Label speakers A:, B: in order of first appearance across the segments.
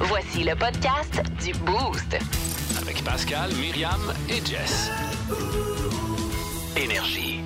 A: Voici le podcast du Boost.
B: Avec Pascal, Myriam et Jess. Énergie.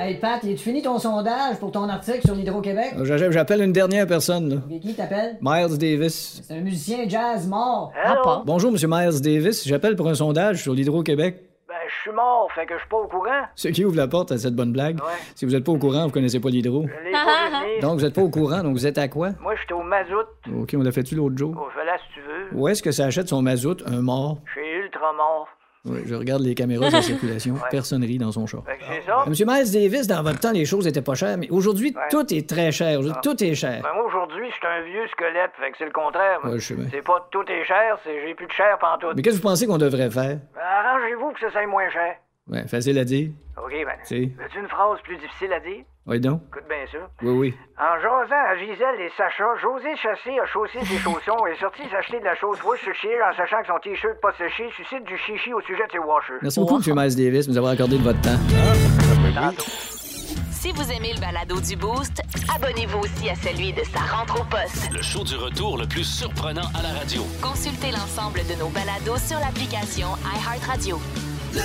C: Hey Pat, tu fini ton sondage pour ton article sur l'Hydro-Québec?
D: Euh, j'a- J'appelle une dernière personne, là.
C: Et Qui t'appelle?
D: Miles Davis.
C: C'est un musicien jazz mort.
E: Rapport.
D: Bonjour, Monsieur Miles Davis. J'appelle pour un sondage sur l'Hydro-Québec.
F: Ben, je suis mort, fait que je suis pas au courant.
D: Ce qui ouvre la porte à cette bonne blague.
F: Ouais.
D: Si vous n'êtes pas au courant, vous connaissez pas l'hydro.
F: Je l'ai pas vu venir.
D: Donc, vous n'êtes pas au courant, donc vous êtes à quoi?
F: Moi, j'étais au mazout.
D: OK, on l'a fait-tu l'autre jour?
F: Au là si tu veux.
D: Où est-ce que ça achète son mazout? Un mort.
F: Je suis ultra mort.
D: Oui, je regarde les caméras de circulation. Personne rit dans son char. Euh,
F: Fait que c'est ça.
D: Monsieur Miles Davis, dans votre temps, les choses étaient pas chères, mais aujourd'hui, tout est très cher. Je- Tout est cher.
F: Ben, moi, aujourd'hui, je suis un vieux squelette, fait que c'est le contraire. moi.
D: Ouais, je sais bien.
F: c'est pas tout est cher, c'est j'ai plus de chair pantoute.
D: Mais qu'est-ce que vous pensez qu'on devrait faire?
F: Ben, arrangez-vous que ça soit moins cher.
D: Ouais, facile à dire.
F: OK, ben.
D: Si.
F: Veux-tu une phrase plus difficile à dire?
D: Oui, donc?
F: Écoute bien ça.
D: Oui, oui.
F: En jasant à Gisèle et Sacha, José Chassé a chaussé ses chaussons et est sorti s'acheter de la chose Worcestershire en sachant que son t-shirt pas séché suscite du chichi au sujet de ses washers.
D: Merci beaucoup, M. Miles Davis, de nous avoir accordé de votre temps.
A: Si vous aimez le balado du Boost, abonnez-vous aussi à celui de sa rentre au poste.
B: Le show du retour le plus surprenant à la radio.
A: Consultez l'ensemble de nos balados sur l'application iHeartRadio.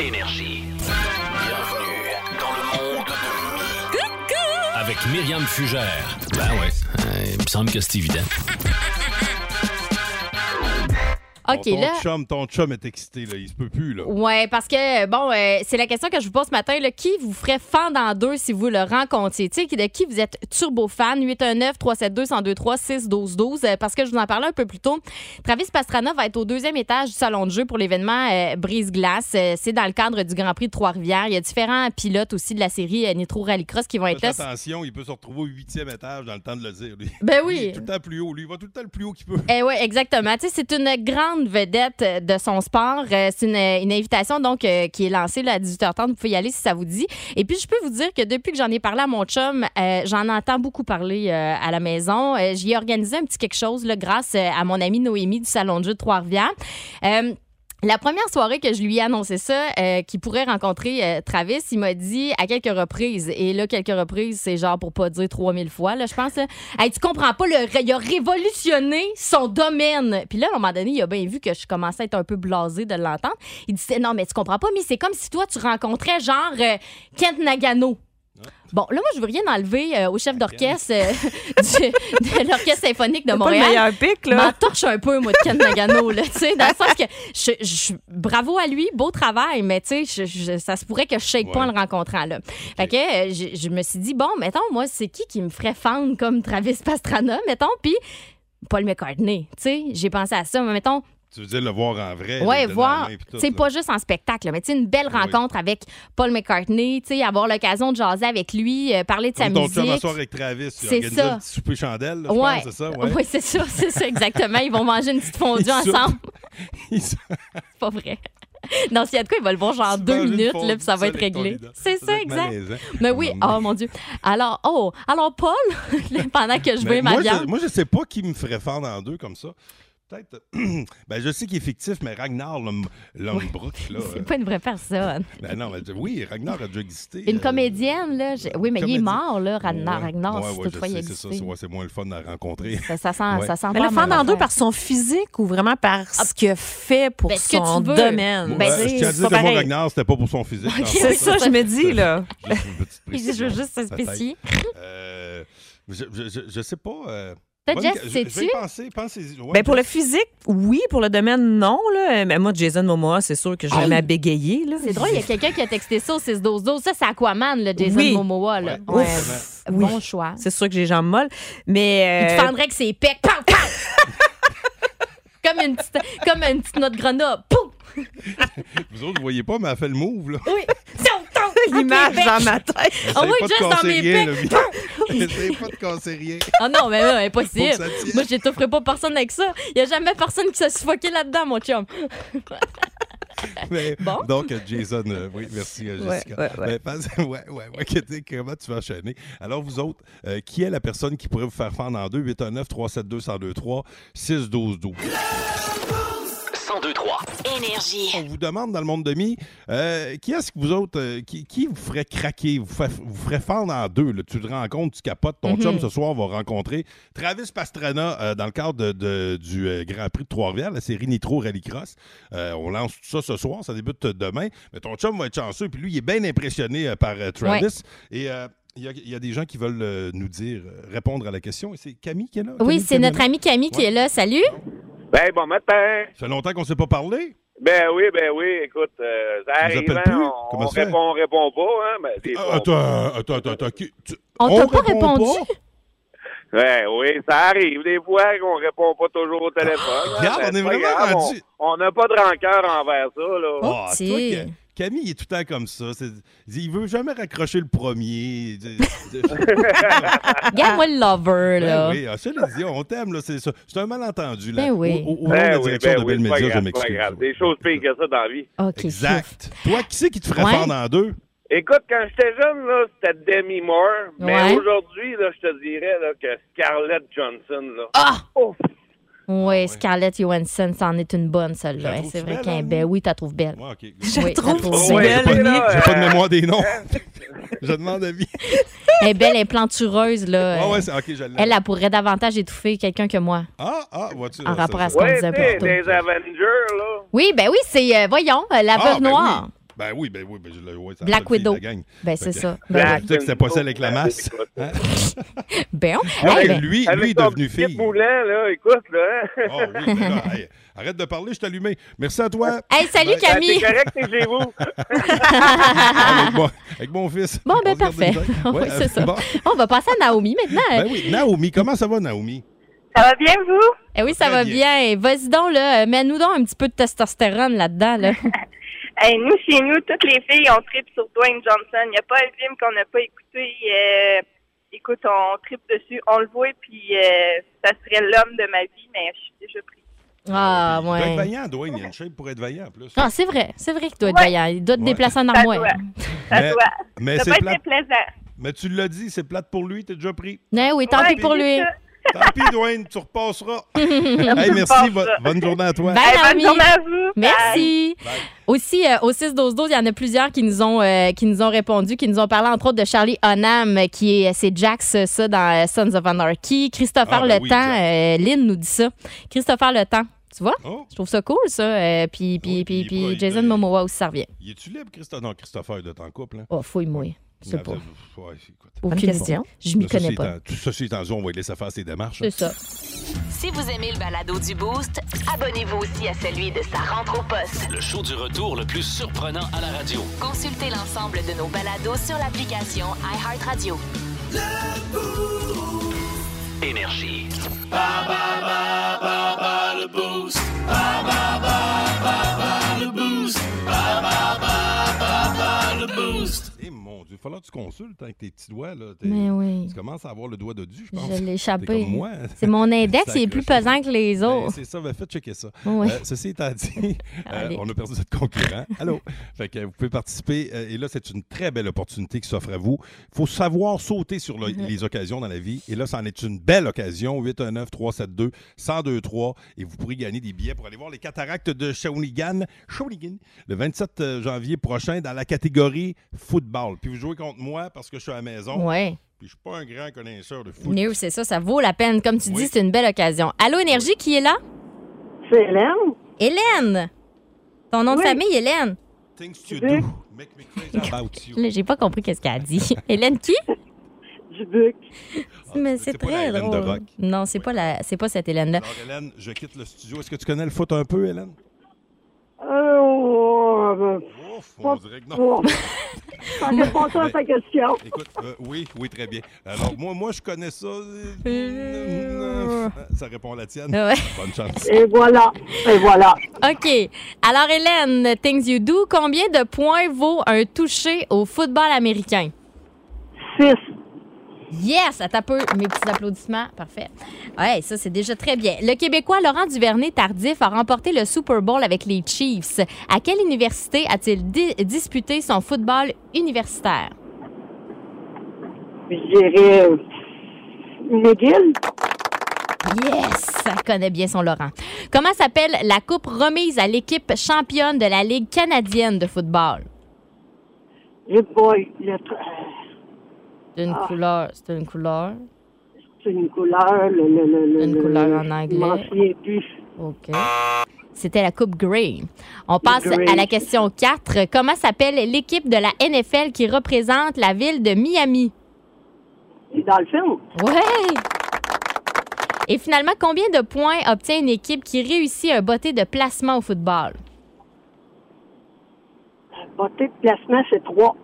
B: Énergie. Bienvenue dans le monde de Avec Myriam Fugère. Ben ouais, euh, il me semble que c'est évident.
E: OK,
G: ton,
E: là.
G: chum, ton chum est excité, là. Il se peut plus, là.
E: Ouais, parce que, bon, euh, c'est la question que je vous pose ce matin. là. qui vous ferait fendre en deux si vous le rencontriez? Tu sais, de qui vous êtes turbo fan? 819-372-1023-612-12. euh, parce que je vous en parlais un peu plus tôt. Travis Pastrana va être au deuxième étage du salon de jeu pour l'événement euh, Brise-Glace. Euh, c'est dans le cadre du Grand Prix de Trois-Rivières. Il y a différents pilotes aussi de la série euh, Nitro Rallycross qui vont être là.
G: Faites attention, il peut se retrouver au huitième étage dans le temps de le dire, lui.
E: Ben
G: Il est
E: oui.
G: tout le temps plus haut, lui. Il va tout le temps le plus haut qu'il peut.
E: Eh oui, exactement. Tu sais, c'est une grande vedette euh, de son sport. Euh, C'est une, une invitation donc euh, qui est lancée là, à 18h30. Vous pouvez y aller si ça vous dit. Et puis, je peux vous dire que depuis que j'en ai parlé à mon chum, euh, j'en entends beaucoup parler euh, à la maison. Euh, J'y ai organisé un petit quelque chose là, grâce euh, à mon amie Noémie du Salon de jeu de Trois-Rivières. Euh, la première soirée que je lui ai annoncé ça, euh, qu'il pourrait rencontrer euh, Travis, il m'a dit à quelques reprises, et là, quelques reprises, c'est genre pour pas dire 3000 fois, là, je pense, là, Hey, tu comprends pas, le, il a révolutionné son domaine. Puis là, à un moment donné, il a bien vu que je commençais à être un peu blasée de l'entendre. Il disait, non, mais tu comprends pas, mais c'est comme si toi, tu rencontrais genre euh, Kent Nagano. Bon, là, moi, je veux rien enlever euh, au chef d'orchestre euh, du- de l'Orchestre symphonique de
H: Pas le
E: Montréal.
H: meilleur pic, là.
E: M'en torche un peu, moi, de Ken Nagano, là, tu sais, dans le sens que je, je- bravo à lui, beau travail, mais tu sais, je- je- ça se pourrait que je shake pas en le rencontrant, là. Fait que euh, je, je me suis dit, bon, mettons, moi, c'est qui qui me ferait fendre comme Travis Pastrana, mettons, puis Paul McCartney, tu sais, j'ai pensé à ça, mais mettons,
G: Tu veux dire le voir en vrai. là,
E: Ouais,
G: le donner la
E: voir,
G: main, puis tout,
E: c'est
G: là. Ah
E: pas juste en spectacle, mais tu sais, une belle
G: Oui.
E: rencontre avec Paul McCartney, tu sais, avoir l'occasion de jaser avec lui, euh, parler de
G: Comme
E: sa
G: ton
E: musique.
G: chum à soir avec Travis. Il
E: C'est
G: organise
E: ça.
G: un petit souper chandelle, là, je
E: Ouais.
G: pense, c'est ça? Ouais.
E: Oui, c'est ça, c'est ça, exactement. Ils vont manger une petite fondue
G: Ils sautent.
E: ensemble.
G: Il se-
E: C'est pas vrai. Non, s'il y a de quoi, il va le voir genre
G: Tu
E: deux
G: manges une
E: minutes,
G: fondue
E: là, puis ça va être
G: avec ton
E: réglé.
G: leader.
E: C'est ça,
G: doit être
E: exact.
G: malaisant.
E: Mais oui,
G: Non,
E: oh mon Dieu. Alors, oh, alors Paul, pendant que je vais
G: Mais
E: ma
G: moi,
E: viande.
G: je, moi, je sais pas qui me ferait fendre en deux comme ça. Peut-être. ben, je sais qu'il est fictif, mais Ragnar Lom- Lombrook, là. euh,
E: C'est pas une vraie personne.
G: ben non, mais tu- oui, Ragnar a déjà existé.
E: Une
G: euh,
E: comédienne, là. je- Oui, mais il est
G: comédien.
E: mort, là, Ragnar.
G: Ouais.
E: Ragnar,
G: Ouais,
E: si
G: ouais, je
E: toutefois il
G: sais, c'est ça,
E: existait.
G: c'est ouais, c'est moins le fun à rencontrer.
E: Ça, ça sent,
G: Ouais.
E: ça sent
H: Mais
E: pas
H: le
E: la même
H: fendre en deux
E: affaire.
H: par son physique ou vraiment par ce qu'il a fait pour
E: Ben, ce que
H: son
E: tu veux. Ben,
H: domaine?
G: Ouais,
E: c'est-
G: je tiens à
H: c'est
G: dire
H: pas
G: que moi,
H: pareil.
G: Ragnar, c'était pas pour son physique.
E: Ok,
G: dans le
E: oui,
G: fond,
H: C'est ça, je me dis, là.
G: Juste une petite
E: Je
G: précision,
E: veux juste se
G: peut-être.
E: spécifier.
G: Euh, je, je, je, je sais pas. Euh,
E: Toi,
G: bonne
E: Jess,
G: que- je- Je
E: sais-tu?
G: vais y penser, pensez-y. Ouais,
H: Ben, pour le physique, oui. Pour le domaine, non. Là. Mais moi, Jason Momoa, c'est sûr que je vais
E: Hey!
H: m'abégayer. là.
E: C'est drôle, il y a quelqu'un qui a texté ça au 6-12-12. Ça, c'est Aquaman, le Jason
H: Oui.
E: Momoa, là.
H: Ouais.
E: Ouf.
H: Oui.
E: Bon choix.
H: C'est sûr que j'ai les jambes molles. Mais.
E: Il te
H: euh,
E: fendrait que ses pecs. Pow, pow! comme, une petite, comme une petite note grenade. Pouf!
G: Vous autres, vous voyez pas, mais elle fait le move, là.
E: Oui. Tom, tom, à
H: L'image
E: Québec.
H: dans ma tête.
G: Essayez
E: Ah oui,
G: pas de
E: juste dans
G: casser
E: mes
G: rien, là, lui. Essayez pas de casser rien.
E: Oh non, mais non, impossible.
G: Faut que ça tienne.
E: Moi, je t'offrirai pas personne avec ça. Il y a jamais personne qui s'est suffoqué là-dedans, mon chum.
G: Mais-
E: Bon.
G: Donc, euh, Jason, euh, oui, merci, euh,
H: Ouais,
G: Jessica.
H: ouais, ouais.
G: Ben, parce- ouais, ouais, ouais, que- t'sais, comment tu vas enchaîner? Alors, vous autres, euh, qui est la personne qui pourrait vous faire fendre en deux? 819 372 1023 612 12
B: 1023
A: 3. Énergie.
G: On vous demande dans le monde de mi, euh, qui est-ce que vous autres, euh, qui, qui vous ferait craquer, vous, fa- vous ferait fendre en deux? là? Tu te rencontres, tu capotes, ton
E: Mhm.
G: chum ce soir va rencontrer Travis Pastrana euh, dans le cadre de- de- du euh, Grand Prix de Trois-Rivières, la série Nitro Rallycross. Euh, on lance tout ça ce soir, ça débute euh, demain. Mais ton chum va être chanceux, puis lui, il est bien impressionné euh, par euh, Travis.
E: Ouais.
G: Et. euh, il y, a, il y a des gens qui veulent euh, nous dire, euh, répondre à la question. Et c'est Camille qui est là?
E: Oui,
G: Camille
E: c'est
G: Camille.
E: notre ami Camille qui est là. Salut.
I: Ben, bon matin.
G: Ça fait longtemps qu'on ne s'est pas parlé.
I: Ben oui, ben oui, écoute, euh, ça
G: Tu nous
I: arrive,
G: appelles
I: hein,
G: plus?
I: on,
G: Comment
I: on
G: ça? Ah,
I: répond, on répond pas, hein, mais des fois, on-
G: Attends, attends, attends, attends. qui- tu-
E: On t'a pas
G: répond
E: répondu?
I: Ouais, Ben oui, ça arrive, des fois qu'on répond pas toujours au téléphone. hein,
G: Regarde,
I: mais
G: on
I: c'est
G: est
I: pas
G: vraiment
I: grave, on-
G: rendu-
I: On n'a pas de rancœur envers ça,
E: Oh,
I: là.
G: Ah,
E: petit.
G: toi, Ca- Camille il est tout le temps comme ça. C'est- Il veut jamais raccrocher le premier.
E: Regarde-moi le lover, là.
G: Ben oui, ah, ça, les dit, on t'aime, là, c'est ça. C'est un malentendu. Là.
E: Ben oui.
G: Au, au- au nom de
I: Ben
G: la
I: oui,
G: direction
I: ben oui,
G: de Bell
I: c'est pas
G: Media, je
I: grave, c'est
G: m'excuse.
I: pas grave. Des choses pires que ça dans la vie.
E: OK. souffle.
G: Exact. Toi, qui c'est qui te ferait
E: Ouais.
G: fendre en deux?
I: Écoute, quand j'étais jeune, là, c'était Demi Moore, mais
E: Ouais.
I: aujourd'hui, là, je te dirais là, que Scarlett Johnson, là.
E: Ah!
I: Ouf!
E: Oui, Scarlett Johansson, c'en est une bonne,
G: Ah La
E: celle-là.
G: trouves-tu
E: C'est vrai
G: belle,
E: qu'elle est
G: Anne?
E: belle. Oui, t'as trouves belle.
G: Ouais, ok.
H: Je
E: Oui,
H: trouve
E: t'as
H: si
E: trouvé.
G: J'ai
H: belle,
G: pas, de-
H: là.
G: j'ai pas de mémoire des noms. je demande avis.
E: Elle est belle, elle est plantureuse, là.
G: Ah ouais, c'est ok, je l'ai.
E: elle, elle pourrait davantage étouffer quelqu'un que moi.
G: Ah, ah, vois-tu.
E: En
G: ah,
E: rapport
G: ça,
E: à ce
G: ça.
E: qu'on
I: Ouais,
E: disait
I: tu sais,
E: plutôt.
I: des Avengers, là.
E: Oui, ben oui, c'est, euh, voyons, euh, la
G: Ah,
E: veuve
G: ben
E: noire.
G: oui. Ben oui, ben oui, ben je l'ai. ouais, ça
E: Black
G: fait le fil de
E: Widow.
G: la gang.
E: Ben, c'est
G: Ok.
E: ça.
G: Ben,
E: Ben,
G: je disais que c'était pas celle avec la masse.
I: Écoute,
G: Hein?
E: ben,
G: Ouais,
E: hey,
G: mais
E: ben,
G: lui,
I: Avec
G: lui est
I: ton
G: devenu
I: petit
G: fille.
I: moulant, là, écoute, là. hein.
G: Oh oui, ben là, hey, arrête de parler, je t'allumais. Merci à toi.
E: hey, salut
I: Ben, C'est
E: Camille.
I: correct, t'es chez vous.
G: avec, mon, avec mon fils.
E: Bon, ben,
G: On se garde
E: parfait.
G: une tête.
E: Oui, c'est ça.
G: bon.
E: On va passer à Naomi maintenant.
G: Ben oui, Naomi, comment ça va, Naomi?
J: Ça va bien, vous?
E: Eh oui, ça
G: Très
E: va bien. Vas-y donc, là, euh, mets-nous donc un petit peu de testostérone là-dedans, là.
J: Hey, nous, chez nous, toutes les filles, on tripe sur Dwayne Johnson. Il n'y a pas un film qu'on n'a pas écouté. euh, écoute, on tripe dessus, on le voit, puis euh, ça serait l'homme de ma vie, mais je suis déjà prise.
E: Ah,
G: Il doit être
E: ouais.
G: vaillant, Dwayne. Il y a une shape pour être vaillant, en plus.
E: Ah, c'est vrai. C'est vrai qu'il doit être
J: Ouais.
E: vaillant. Il doit te
G: Ouais.
E: déplacer en
J: Ça
E: armoire.
J: doit. Ça
G: Mais-
J: doit.
G: Mais,
J: Ça
G: c'est
J: doit
G: plate.
J: être plaisant.
G: mais tu l'as dit, c'est plate pour lui, t'es déjà pris.
E: Eh oui, tant
J: Ouais,
E: pis pour lui.
J: c'est ça.
G: Tant pis, Dwayne, tu repasseras. hey, merci, bo- bonne journée à toi.
E: Bye,
J: Hey, bonne
E: Naomi.
J: journée à vous. Bye.
E: Merci. Aussi, euh, au 6-12-12, il y en a plusieurs qui nous, ont, euh, qui nous ont répondu, qui nous ont parlé, entre autres, de Charlie Onam, euh, qui est, c'est Jax, euh, ça, dans euh, Sons of Anarchy. Christopher
G: Ah, ben
E: Le
G: oui,
E: Temps,
G: Jax.
E: euh, Lynn nous dit ça. Christopher Le Temps, tu vois?
G: Oh,
E: Je trouve ça cool, ça. Euh, puis puis,
G: Oui,
E: puis,
G: il est
E: puis
G: pas- il
E: Jason
G: est-
E: Momoa aussi, ça revient.
G: il est-tu libre, Christophe? Non, Christopher, il est en couple. Hein?
E: Oh, fouille-moi. Je sais
G: Ah,
E: pas.
G: vous- ouais, écoute.
E: Aucune question. Je m'y
G: Là, ça,
E: connais
G: c'est
E: pas.
G: en- Tout ça, c'est en jeu, on va lui laisser faire ses démarches.
E: C'est ça.
A: Si vous aimez le balado du Boost, abonnez-vous aussi à celui de sa rentre au poste.
B: Le show du retour le plus surprenant à la radio.
A: Consultez l'ensemble de nos balados sur l'application iHeartRadio.
B: Énergie.
G: Eh mon Dieu, il va falloir que tu consultes hein, avec tes petits doigts. Là, T'es-
E: Mais oui.
G: Tu commences à avoir le doigt de Dieu, je pense.
E: Je l'ai
G: T'es
E: échappé.
G: comme moi.
E: C'est mon index, il est
G: Sacre
E: plus
G: chose.
E: pesant que les
G: Ben,
E: autres.
G: c'est ça, ben, faites checker ça.
E: Oui.
G: Euh, ceci étant dit, euh,
E: Allez.
G: on a perdu notre concurrent. Allô? Fait que vous pouvez participer. euh, et là, c'est une très belle opportunité qui s'offre à vous. Il faut savoir sauter sur le-
E: Mhm.
G: les occasions dans la vie. Et là, c'en est une belle occasion. 819-372-1023. Et vous pourrez gagner des billets pour aller voir les cataractes de Shawinigan, Shawinigan le 27 janvier prochain dans la catégorie football. Puis vous jouez contre moi parce que je suis à la maison.
E: Ouais.
G: Puis je suis pas un grand connaisseur de foot.
E: New, c'est ça, ça vaut la peine. Comme tu
G: Oui.
E: dis, c'est une belle occasion. Allô, Énergie, qui est là?
J: C'est Hélène?
E: Hélène! Ton nom de
J: Oui.
E: famille, Hélène?
G: Things to do make me crazy about you.
E: Là, j'ai pas compris qu'est-ce qu'elle a dit. Hélène qui?
J: Du Buc.
E: Mais
G: Ah, c'est
E: c'est
G: pas la
E: très
G: Hélène de
E: drôle.
G: rock.
E: Non, c'est pas la, c'est pas cette Hélène-là.
G: Alors, Hélène, je quitte le studio. Est-ce que tu connais le foot un peu, Hélène?
J: Euh,
G: Ouf, on dirait que non.
J: bon. Ça répond
G: à ta
J: question.
G: Écoute, euh, oui, oui, très bien. Alors, moi, moi je connais ça. euh,
E: Euh.
G: Ça répond à la tienne.
E: Ouais.
G: Bonne chance.
J: Et voilà. Et voilà.
E: OK. Alors, Hélène, Things You Do, combien de points vaut un toucher au football américain?
J: 6.
E: Yes! À peu mes petits applaudissements. Parfait. Ouais, ça, c'est déjà très bien. Le Québécois Laurent Duvernay-Tardif a remporté le Super Bowl avec les Chiefs. À quelle université a-t-il di- disputé son football universitaire? euh,
J: Je dirais. McGill?
E: Yes! Ça connaît bien son Laurent. Comment s'appelle la coupe remise à l'équipe championne de la Ligue canadienne de football?
K: Le boy, le euh, tr-
E: D'une
K: Ah.
E: couleur. C'est une couleur.
K: c'est une couleur, le, le, le, le-
E: Une
K: le-
E: couleur
K: le-
E: en anglais.
K: Je m'en souviens plus.
E: OK. C'était la Coupe Grey. On passe
K: Grey.
E: à la question 4. Comment s'appelle l'équipe de la NFL qui représente la ville de Miami?
K: Dans le film.
E: Ouais! Et finalement, combien de points obtient une équipe qui réussit un botté de placement au football?
K: Beauté de placement, c'est trois.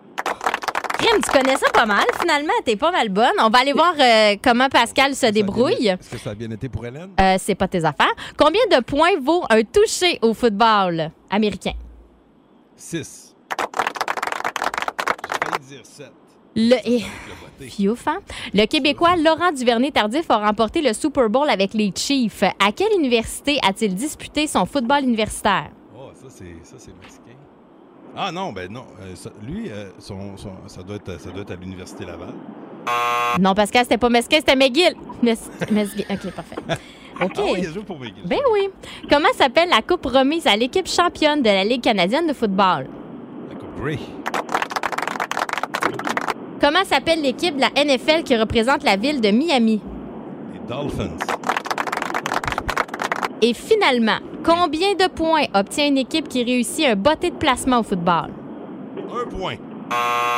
E: Crime, tu connais ça pas mal, finalement. T'es pas mal bonne. On va aller voir euh, comment Pascal se débrouille.
G: Est-ce que ça a bien été pour Hélène?
E: Euh, c'est pas tes affaires. Combien de points vaut un toucher au football américain?
G: 6. J'ai failli dire 7.
E: Le, eh, Fiouf, hein? le Québécois Laurent Duvernay-Tardif a remporté le Super Bowl avec les Chiefs. À quelle université a-t-il disputé son football universitaire?
G: Oh, ça, c'est, ça, c'est mexicain. Ah non, ben non. euh, ça- lui, euh, son, son- ça, doit être, ça doit être à l'Université Laval.
E: Non, Pascal, c'était pas Mesquin, c'était McGill. Mes- Mesquin. OK, parfait. OK.
G: Ah oui, il joue pour McGill.
E: Ben oui. Comment s'appelle la coupe remise à l'équipe championne de la Ligue canadienne de football?
G: Grey.
E: Comment s'appelle l'équipe de la NFL qui représente la ville de Miami?
G: Les Dolphins.
E: Et finalement, combien de points obtient une équipe qui réussit un botté de placement au football?
G: Un point.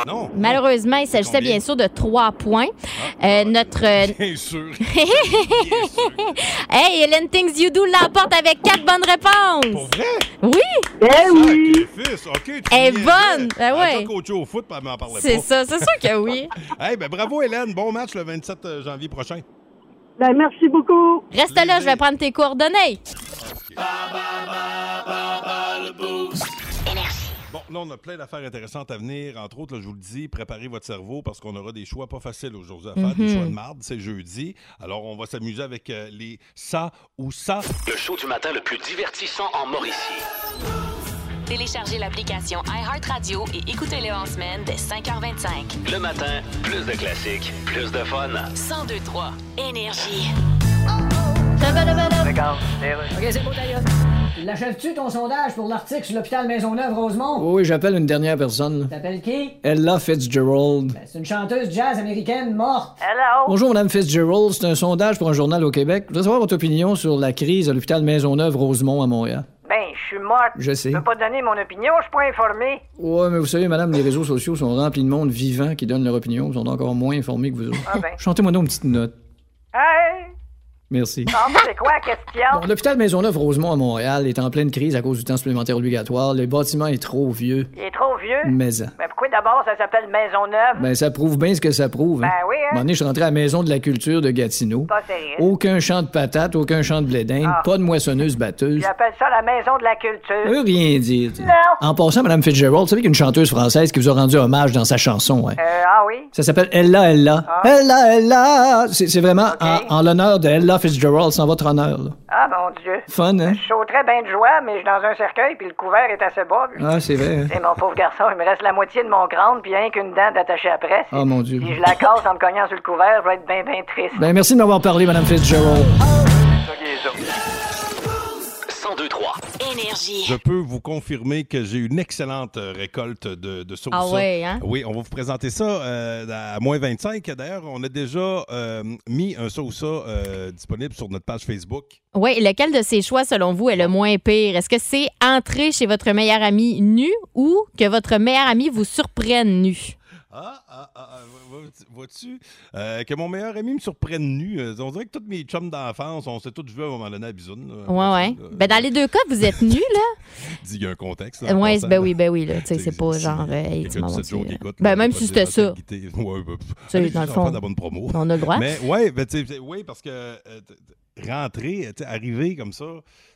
G: Non.
E: Malheureusement, il s'agissait
G: Oh, Combien? Ah,
E: bien sûr de trois points. Euh, notre. euh,
G: Bien sûr.
E: hey, Hélène Things You Do l'emporte avec quatre bonnes réponses. Pour
G: vrai?
E: Oui.
J: Eh
G: Sacrifice. OK, tu Ah,
E: Elle est
G: niaisais.
E: bonne. Ben
G: Elle
E: ouais.
G: t'a coaché au foot, puis elle m'en parlait
E: C'est ça,
G: pas.
E: c'est sûr que oui.
G: hey, ben bravo, Hélène. Bon match le 27 janvier prochain.
K: Ben, merci beaucoup.
E: Reste là, je vais prendre tes coordonnées.
G: Bon, là, on a plein d'affaires intéressantes à venir. Entre autres, là, je vous le dis, préparez votre cerveau parce qu'on aura des choix pas faciles aujourd'hui à faire. Des
B: Mhm.
G: choix de marde, c'est jeudi. Alors, on va s'amuser avec euh, les ça ou ça.
B: Le show du matin le plus divertissant en Mauricie.
A: Téléchargez l'application iHeartRadio et écoutez-le en semaine dès 5h25.
B: Le matin, plus de classiques, plus de fun.
A: 1023 Énergie.
C: OK, c'est beau, d'ailleurs. L'achèves-tu ton sondage pour l'article sur l'hôpital Maisonneuve-Rosemont?
D: Oui, oui, j'appelle une dernière personne.
C: T'appelles qui?
D: Ella Fitzgerald.
C: C'est une chanteuse jazz américaine morte.
D: Bonjour, Madame Fitzgerald. C'est un sondage pour un journal au Québec. Je voudrais savoir votre opinion sur la crise à l'hôpital Maisonneuve-Rosemont à Montréal.
F: Ben, je suis morte.
D: Je sais.
F: Je peux pas donner mon opinion, je suis pas informé.
D: Ouais, mais vous savez, madame, les réseaux sociaux sont remplis de monde vivant qui donne leur opinion. Ils sont encore moins informés que vous autres.
F: Ah ben.
D: Chantez-moi donc une petite note.
F: Hey!
D: Merci.
F: Non, mais Ah, c'est quoi la question?
D: Bon, L'hôpital Maisonneuve-Rosemont à Montréal est en pleine crise à cause du temps supplémentaire obligatoire. Le bâtiment est trop vieux.
F: Il est trop vieux.
D: Mais, hein.
F: Mais Ben, pourquoi d'abord ça s'appelle Maisonneuve?
D: Ben, ça prouve bien ce que ça prouve. hein.
F: Ben oui, hein?
D: Un moment donné, je suis rentré à la Maison de la Culture de Gatineau.
F: Pas sérieux.
D: Aucun champ de patates, aucun champ de blé d'Inde,
F: Ah.
D: pas de moissonneuse-batteuse.
F: J'appelle ça la Maison de la Culture.
D: Ça veut rien dire. tu sais.
F: Non.
D: En passant, Mme Fitzgerald, vous savez qu'une chanteuse française qui vous a rendu hommage dans sa chanson, hein?
F: Euh, ah oui?
D: Ça s'appelle Ella Ella. Ella Ella! C'est c'est vraiment en, en l'honneur de Ella Fitzgerald, sans votre honneur. là.
F: Ah, mon Dieu.
D: Fun, hein?
F: Je sauterais bien de joie, mais je suis dans un cercueil, puis le couvert est assez bas. puis-
D: Ah, c'est vrai. hein?
F: C'est mon pauvre garçon, il me reste la moitié de mon crâne, puis rien qu'une dent d'attacher après.
D: Ah, mon Dieu.
F: Si je la casse en me cognant sur le couvert, je vais être bien, bien triste.
D: Ben, merci de m'avoir parlé, Mme Fitzgerald.
B: 1023.
A: Énergie.
G: Je peux vous confirmer que j'ai une excellente euh, récolte de, de ça ou
E: Ah
G: ça.
E: ouais, hein?
G: Oui, on va vous présenter ça euh, à moins 25. D'ailleurs, on a déjà euh, mis un ça ou ça euh, disponible sur notre page Facebook.
E: Oui, lequel de ces choix, selon vous, est le moins pire? Est-ce que c'est entrer chez votre meilleur ami nu ou que votre meilleur ami vous surprenne nu?
G: Ah, ah, ah, ah, vo- vo- vois-tu? Euh, que mon meilleur ami me surprenne nu. Euh, On dirait que tous mes chums d'enfance, on s'est tous vus à un moment donné à Bisoune. là.
E: Ouais, ouais. Ben, dans les deux cas, vous êtes nus, là.
G: Dis, il y a un contexte. là, en
E: Ouais,
G: passant,
E: ben
G: là.
E: oui, ben oui, là. Tu sais, c'est pas genre. euh, hey, tu
G: Quelqu'un
E: m'as
G: de 7 jours
E: menti,
G: qui oh,
E: là.
G: écoute,
E: Ben,
G: on
E: même
G: peut
E: si
G: pas
E: c'était
G: dire
E: ça.
G: notre guité. Ouais, ben, pff,
E: Ça,
G: allez,
E: dans le
G: on
E: fond,
G: fait de la bonne promo.
E: on a le droit.
G: Mais ouais, ben, tu sais, ouais, parce que euh, t- t- rentrer, tu sais, arriver comme ça,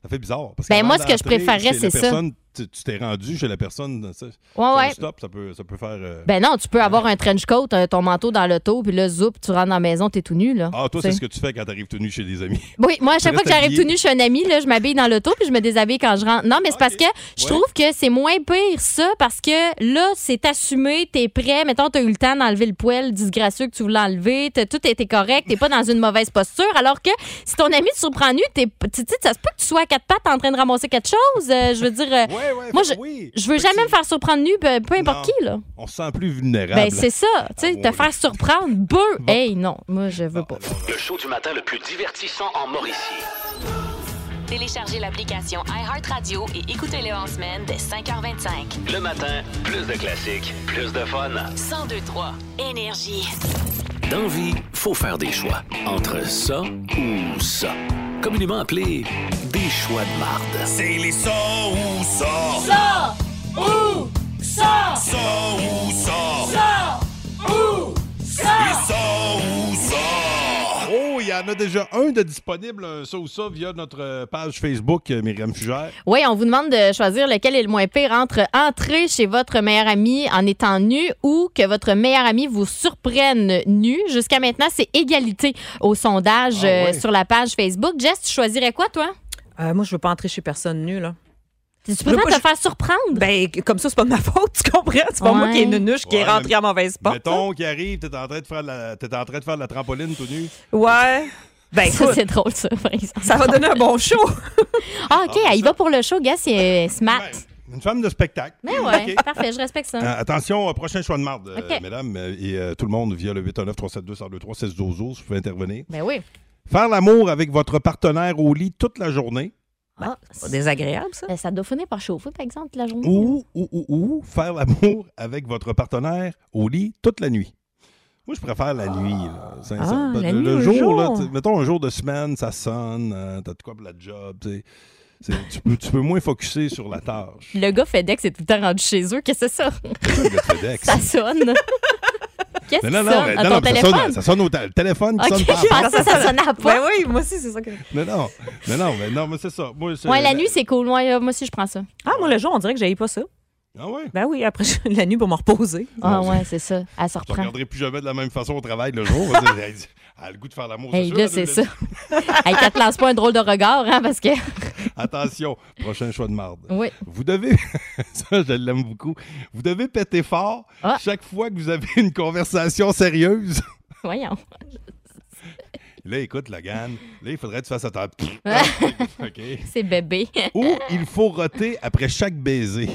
G: ça fait bizarre. Parce
E: Ben,
G: qu'avant
E: moi, ce que je
G: d'entrer
E: préférais,
G: chez
E: c'est
G: la
E: ça.
G: personne, Tu tu t'es rendu chez la personne. ça,
E: Ouais,
G: ça,
E: ouais.
G: Stop, ça peut, ça peut faire. euh,
E: Ben non, tu peux avoir un trench coat, euh, ton manteau dans l'auto, puis là, zoup, tu rentres dans la maison, t'es tout nu, là.
G: Ah, toi,
E: Tu
G: c'est
E: sais.
G: ce que tu fais quand t'arrives tout nu chez des amis.
E: Oui, moi, à chaque fois
G: Tu
E: que
G: restes
E: j'arrive
G: habillé.
E: tout nu, je suis un ami, là, je m'habille dans l'auto puis je me déshabille quand je rentre. Non, mais c'est parce que je trouve que c'est moins pire, ça, parce que là, c'est assumé, t'es prêt. Mettons, t'as eu le temps d'enlever le poêle disgracieux que tu voulais enlever, t'as- tout était correct, t'es pas dans une mauvaise posture. Alors que si ton ton ami te surprend nu, t'es- tu sais, ça se peut que tu sois à quatre pattes en train de ramasser quelque chose. euh, je veux dire, euh, moi,
G: ben
E: je, je veux jamais me faire surprendre nu, ben, peu peu importe qui, là.
G: On se sent plus vulnérable.
E: Ben, c'est ça, tu sais,
G: Ah
E: te faire surprendre, bœuf. Hey, non, moi, je veux pas.
B: Le show du matin le plus divertissant en Mauricie.
A: Téléchargez l'application iHeartRadio et écoutez-le en semaine dès 5h25.
B: Le matin, plus de classiques, plus de fun.
A: 1023 Énergie.
B: Dans vie, faut faire des choix. Entre ça ou ça. Communément appelé des choix de marde. C'est les ça ou ça.
L: Ça ou ça. Ça ou ça. Ça ou ça. ou ça.
G: Oh, il y en a déjà un de disponible, un ça ou ça, via notre euh, page Facebook, euh, Myriam Fugère.
E: Oui, on vous demande de choisir lequel est le moins pire entre entrer chez votre meilleur ami en étant nu ou que votre meilleur ami vous surprenne nu. Jusqu'à maintenant, c'est égalité au sondage
H: Ah ouais.
E: euh, sur la page Facebook. Jess, tu choisirais quoi, toi?
H: Euh, moi, je veux pas entrer chez personne nu, là.
E: Tu
H: veux
E: préfères
H: pas
E: te
H: je-
E: faire surprendre?
H: Ben, comme ça, c'est pas de ma faute, tu comprends? C'est pas moi qui ai une nuche qui est
G: Ouais,
H: rentrée
G: mais-
H: à mauvaise porte. hein.
G: Mettons qui arrive, t'es en train de faire de la, t'es en train de faire de la trampoline tout nu.
H: Ouais. Ben,
E: Ça,
H: écoute.
E: c'est drôle, ça, par exemple.
H: Ça va donner un bon show.
E: ah, OK, il va pour le show, gars, c'est euh, smart.
G: Ben, Une femme de spectacle.
E: Mais Ben ouais,
G: Ok.
E: parfait, je respecte ça.
G: Euh, attention, euh, prochain choix de marde, euh,
E: Ok.
G: mesdames euh, et euh, tout le monde via le 819 372 1023 16 12 12 vous pouvez intervenir.
E: Ben oui.
G: Faire l'amour avec votre partenaire au lit toute la journée
H: Ben,
E: Ah, c'est
G: désagréable,
E: ça. ça doit finir par chauffer, par exemple, la journée.
G: ou, ou, ou, ou faire l'amour avec votre partenaire au lit toute la nuit. Moi, je préfère la nuit. là, sincère.
H: Ah,
G: Parce
H: la
G: que
H: nuit
G: le
H: au
G: jour,
H: jour.
G: là, tu- mettons un jour de semaine, ça sonne, euh, t'as de quoi pour la job. tu sais. C'est- tu, peux, tu peux moins focusser sur la tâche.
E: Le gars FedEx est tout le temps rendu chez eux. Qu'est-ce que c'est ça?
G: Le FedEx.
E: Ça sonne. Qu'est-ce
G: Mais
E: que
G: non,
E: ça
G: non, mais-
E: sonne? À
G: non,
E: ton
G: non, mais ça sonne-
E: téléphone?
G: ça sonne au tél- téléphone qui
E: Ok,
G: sonne pas.
E: je pensais que ça sonnait à
H: Ben
E: pas.
H: oui, moi aussi, c'est ça que.
G: Mais non, mais non, mais non, mais c'est ça. ben- Moi, c'est-
E: Ouais, la nuit, c'est cool. Ouais, euh, moi aussi, je prends ça.
H: Ah, moi, le jour, on dirait que j'aille pas ça.
G: Ah ouais?
H: Ben oui, après je- la nuit pour me reposer.
E: Ah ouais, c'est ça. Elle se
G: Je
E: reprend.
G: regarderai plus jamais de la même façon au travail le jour. Elle dit, elle dit, elle a le goût de faire l'amour.
E: Hey,
G: sûr,
E: là,
G: elle
E: c'est
G: dit,
E: ça. Elle ne te lance pas un drôle de regard, hein, parce que.
G: Attention, prochain choix de marde.
E: Oui.
G: Vous devez, ça je l'aime beaucoup, vous devez péter fort
E: Ah.
G: chaque fois que vous avez une conversation sérieuse.
E: Voyons.
G: Là, écoute, Logan, là, il faudrait que tu fasses attendre. OK.
E: C'est bébé.
G: Ou il faut roter après chaque baiser.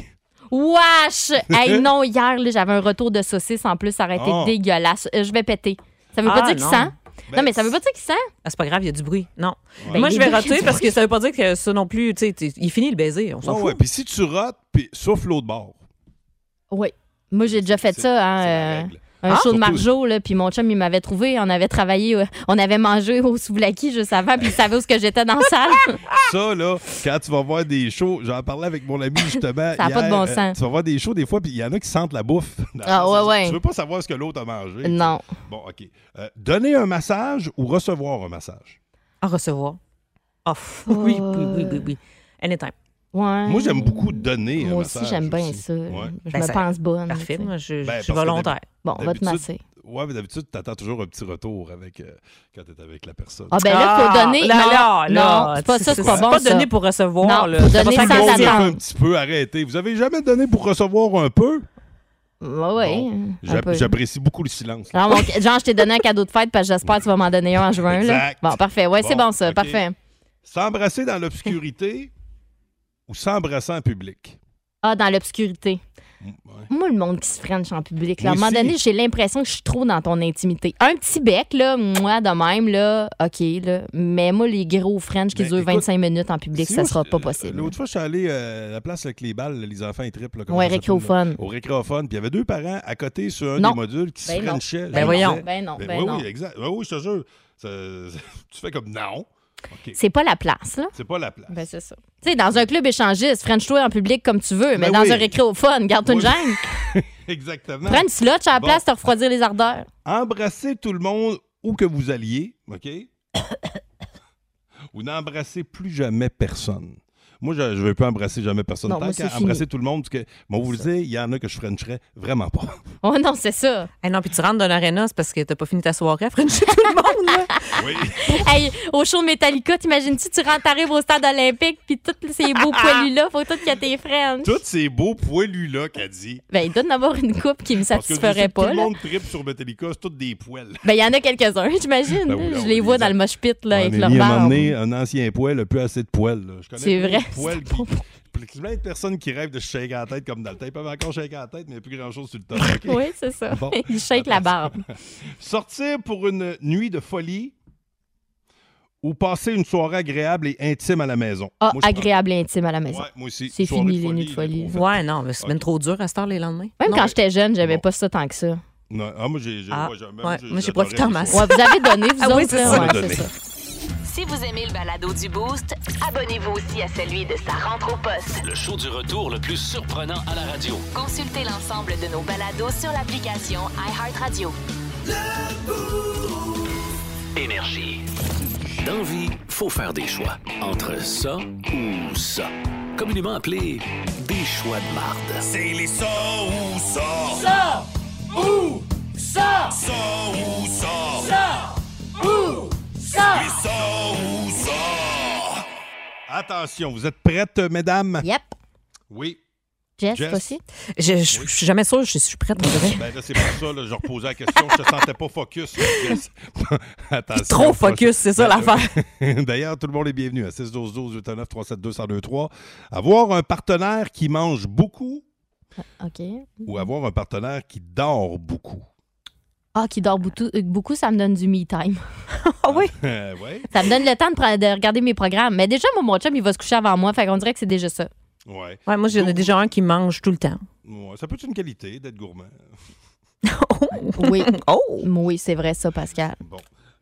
E: Wesh! Hey, non, hier, là, j'avais un retour de saucisse en plus. Ça aurait été
G: Oh.
E: dégueulasse. Euh, je vais péter. Ça veut pas
H: Ah,
E: dire qu'il
H: non.
E: sent.
H: Ben,
E: non, mais ça veut pas dire qu'il sent.
H: Ah, c'est pas grave, il y a du bruit. Non.
E: Ben,
H: moi,
E: il
H: je
E: y a
H: vais
E: du bruit, il y a
H: rater
E: du
H: parce que
E: bruit.
H: ça veut pas dire que ça non plus. Tu sais, t'es- il finit le baiser. On s'en
G: Ouais,
H: fout.
G: ouais. Puis si tu rotes, puis souffle l'eau de bord.
E: Oui. Moi, j'ai déjà fait ça. hein, euh, un
G: Ah,
E: show de
G: surtout-
E: Marjo, là, puis mon chum, il m'avait trouvé. On avait travaillé, euh, on avait mangé au souvlaki juste avant, puis il savait où ce que j'étais dans la salle.
G: Ça, là, quand tu vas voir des shows, j'en parlais avec mon ami justement.
E: Ça a pas
G: hier,
E: de bon
G: euh,
E: sens.
G: Tu vas voir des shows des fois, puis il y en a qui sentent la bouffe.
E: Ah, ouais, ouais.
G: Tu veux pas savoir ce que l'autre a mangé.
E: Non.
G: Bon, OK. Euh, donner un massage ou recevoir un massage?
H: À recevoir. Off. Oui, oui, oui, oui, oui. Anytime.
E: Ouais.
G: Moi, j'aime beaucoup donner un
E: Moi aussi,
G: massage
E: j'aime bien
G: aussi.
E: ça.
G: Ouais.
E: Je
H: Ben,
E: me
H: ça-
E: pense bonne.
H: parfait,
E: tu sais.
H: moi, je-
G: Ben,
H: je suis
G: parce que d'hab-
H: volontaire.
E: Bon, on va te
G: d'habitude-
E: masser.
G: Ouais, mais d'habitude, t'attends toujours un petit retour avec, euh, quand t'es avec la personne.
E: Ah, ben là, faut
H: Ah,
E: donner.
H: là,
E: non,
H: là, là,
E: non, c'est pas ça, c'est pas bon.
H: pas
E: ça.
H: donner pour recevoir,
E: Non,
H: là.
E: faut
H: C'est pas
E: donner
H: ça
E: sans
H: qu'on dit.
E: attendre.
G: un petit peu arrêté. Vous avez jamais donné pour recevoir un peu?
E: Ouais, Bah ouais, hein, un
G: J'a-
E: peu. Ah.
G: J'apprécie beaucoup le silence. là.
E: Genre, mon- genre, je t'ai donné un cadeau de fête parce que j'espère que tu vas m'en donner un en juin. Là.
G: Exact.
E: Bon, parfait. Ouais, c'est
G: Bon,
E: bon ça.
G: ok.
E: Parfait.
G: S'embrasser dans l'obscurité ou s'embrasser en public?
E: Ah, dans l'obscurité. Moi, le monde qui se french en public, là, à un
G: Mm, Moi
E: moment
G: aussi.
E: donné, j'ai l'impression que je suis trop dans ton intimité. Un petit bec, là, moi, de même, là, OK, là. Mais moi, les gros French qui
G: Ben,
E: durent
G: écoute,
E: 25 minutes en public,
G: si
E: ça
G: moi,
E: sera
G: je-
E: pas possible.
G: L'autre fois, je suis allé euh, à la place avec les balles, les enfants, ils trippent. là, comment
E: Ouais,
G: ça s'appelle,
E: récréophone.
G: là? Au récréophone. Puis il y avait deux parents à côté sur un
E: Non.
G: des modules qui
E: Ben
G: se
E: non.
G: frenchaient.
E: Ben
G: Je me
E: voyons.
G: disais,
E: Ben non, ben
G: oui,
E: non.
G: oui, exact. Ben oui, je te jure. Ça- tu fais comme non. OK.
E: C'est pas la place, là.
G: C'est pas la place.
E: Ben, c'est ça. Tu sais, dans un club échangiste, French-toi en public comme tu veux, mais
G: Ben
E: dans
G: oui.
E: un récréophone, garde-toi une gêne.
G: Exactement.
E: Prends une slotch à la
G: Bon.
E: place, te refroidir les ardeurs.
G: Embrasser tout le monde où que vous alliez, OK? Ou n'embrasser plus jamais personne. Moi, je ne veux pas embrasser jamais personne.
E: Non,
G: Tant
E: moi,
G: qu'à
E: c'est
G: embrasser
E: fini.
G: tout le monde, parce que, bon, vous le dire, il y en a que je frencherais vraiment pas.
E: Oh non, c'est ça.
H: Eh non, puis tu rentres dans l'aréna, c'est parce que t'as pas fini ta soirée à Frenchie tout le monde, là.
E: Hey, au show de Metallica, t'imagines-tu, tu rentres, t'arrives au stade olympique, puis tous ces beaux poilus-là, faut tout que t'es French.
G: Tous ces beaux poilus-là qu'elle dit.
E: Ben, il doit en avoir une coupe qui me
G: Parce que je sais
E: satisferait
G: que Tout
E: pas.
G: le
E: là.
G: monde tripe sur Metallica, c'est tous des poils.
E: Ben, il y en a quelques-uns, j'imagine.
G: Ben oui, là,
E: je
G: on
E: les vois dans le mosh pit, là, avec
G: Il
E: leur
G: m'a
E: barbe.
G: amené un ancien poil, a plus assez de poils. là. Je connais
E: C'est
G: plein
E: vrai,
G: de poils qui- Plein de personnes qui rêvent de se shaker la tête comme dans le temps. Ils peuvent encore shaker la tête, mais il n'y a plus grand-chose sur le temps. OK?
E: Oui, c'est ça.
G: Bon.
E: Il shake la barbe.
G: Sortir pour une nuit de folie ou passer une soirée agréable et intime à la maison.
E: Ah,
G: Moi, je prends-
E: agréable et intime à la maison.
G: Ouais, moi aussi.
E: C'est
G: Soirée
E: fini
G: de
E: les
G: folie,
E: nuits de folie.
H: Ouais, non, mais c'est même trop dur à cette heure les lendemains.
E: Même
H: Non,
E: quand
H: mais-
E: j'étais jeune, j'aimais pas ça tant que ça.
G: Non, ah, moi, j'ai. j'ai-
H: Ah,
G: moi, j'ai- même,
H: ouais,
G: j'ai-
H: moi, j'ai
G: j'adorais
H: profité en
G: les
H: masse.
E: Ouais,
G: soirées.
E: vous avez donné, vous
H: Ah oui,
E: autres,
H: c'est
E: là,
G: ça.
E: ouais,
G: On a donné.
E: c'est ça.
A: Si vous aimez le balado du Boost, abonnez-vous aussi à celui de Sa rentre au poste.
B: Le show du retour le plus surprenant à la radio.
A: Consultez l'ensemble de nos balados sur l'application iHeartRadio.
B: Énergie. Dans vie, faut faire des choix. Entre ça ou ça. Communément appelé des choix de marde.
L: C'est les ça ou ça.
B: Ça
L: ou ça. Ça ou ça. Ça ou ça. Les ça ou ça.
G: Attention, vous êtes prêtes, mesdames?
E: Yep.
G: Oui.
E: Jess,
G: Jess?
E: toi aussi?
H: Je, je- je suis jamais sûre, je suis prête, on dirait.
G: Ben là, c'est pour ça, là, je reposais la question. Je te sentais pas focus. Attention. Ben,
H: Trop focus, c'est ça, l'affaire.
G: D'ailleurs, tout le monde est bienvenu à 6 12 12 89 37 1023. Avoir un partenaire qui mange beaucoup
E: OK.
G: ou avoir un partenaire qui dort beaucoup.
E: Ah, qui dort beaucoup, euh, beaucoup, ça me donne du me time.
G: Euh, ouais.
E: Ça me donne le temps de, pre- de regarder mes programmes. Mais déjà, moi, mon chum, il va se coucher avant moi. Fait qu'on dirait que c'est déjà ça.
G: Ouais.
H: Ouais, moi, j'en ai déjà un qui mange tout le temps.
G: Ouais, Ça peut être une qualité d'être gourmand.
E: Oui. Oui, c'est vrai, ça, Pascal.
G: Bon,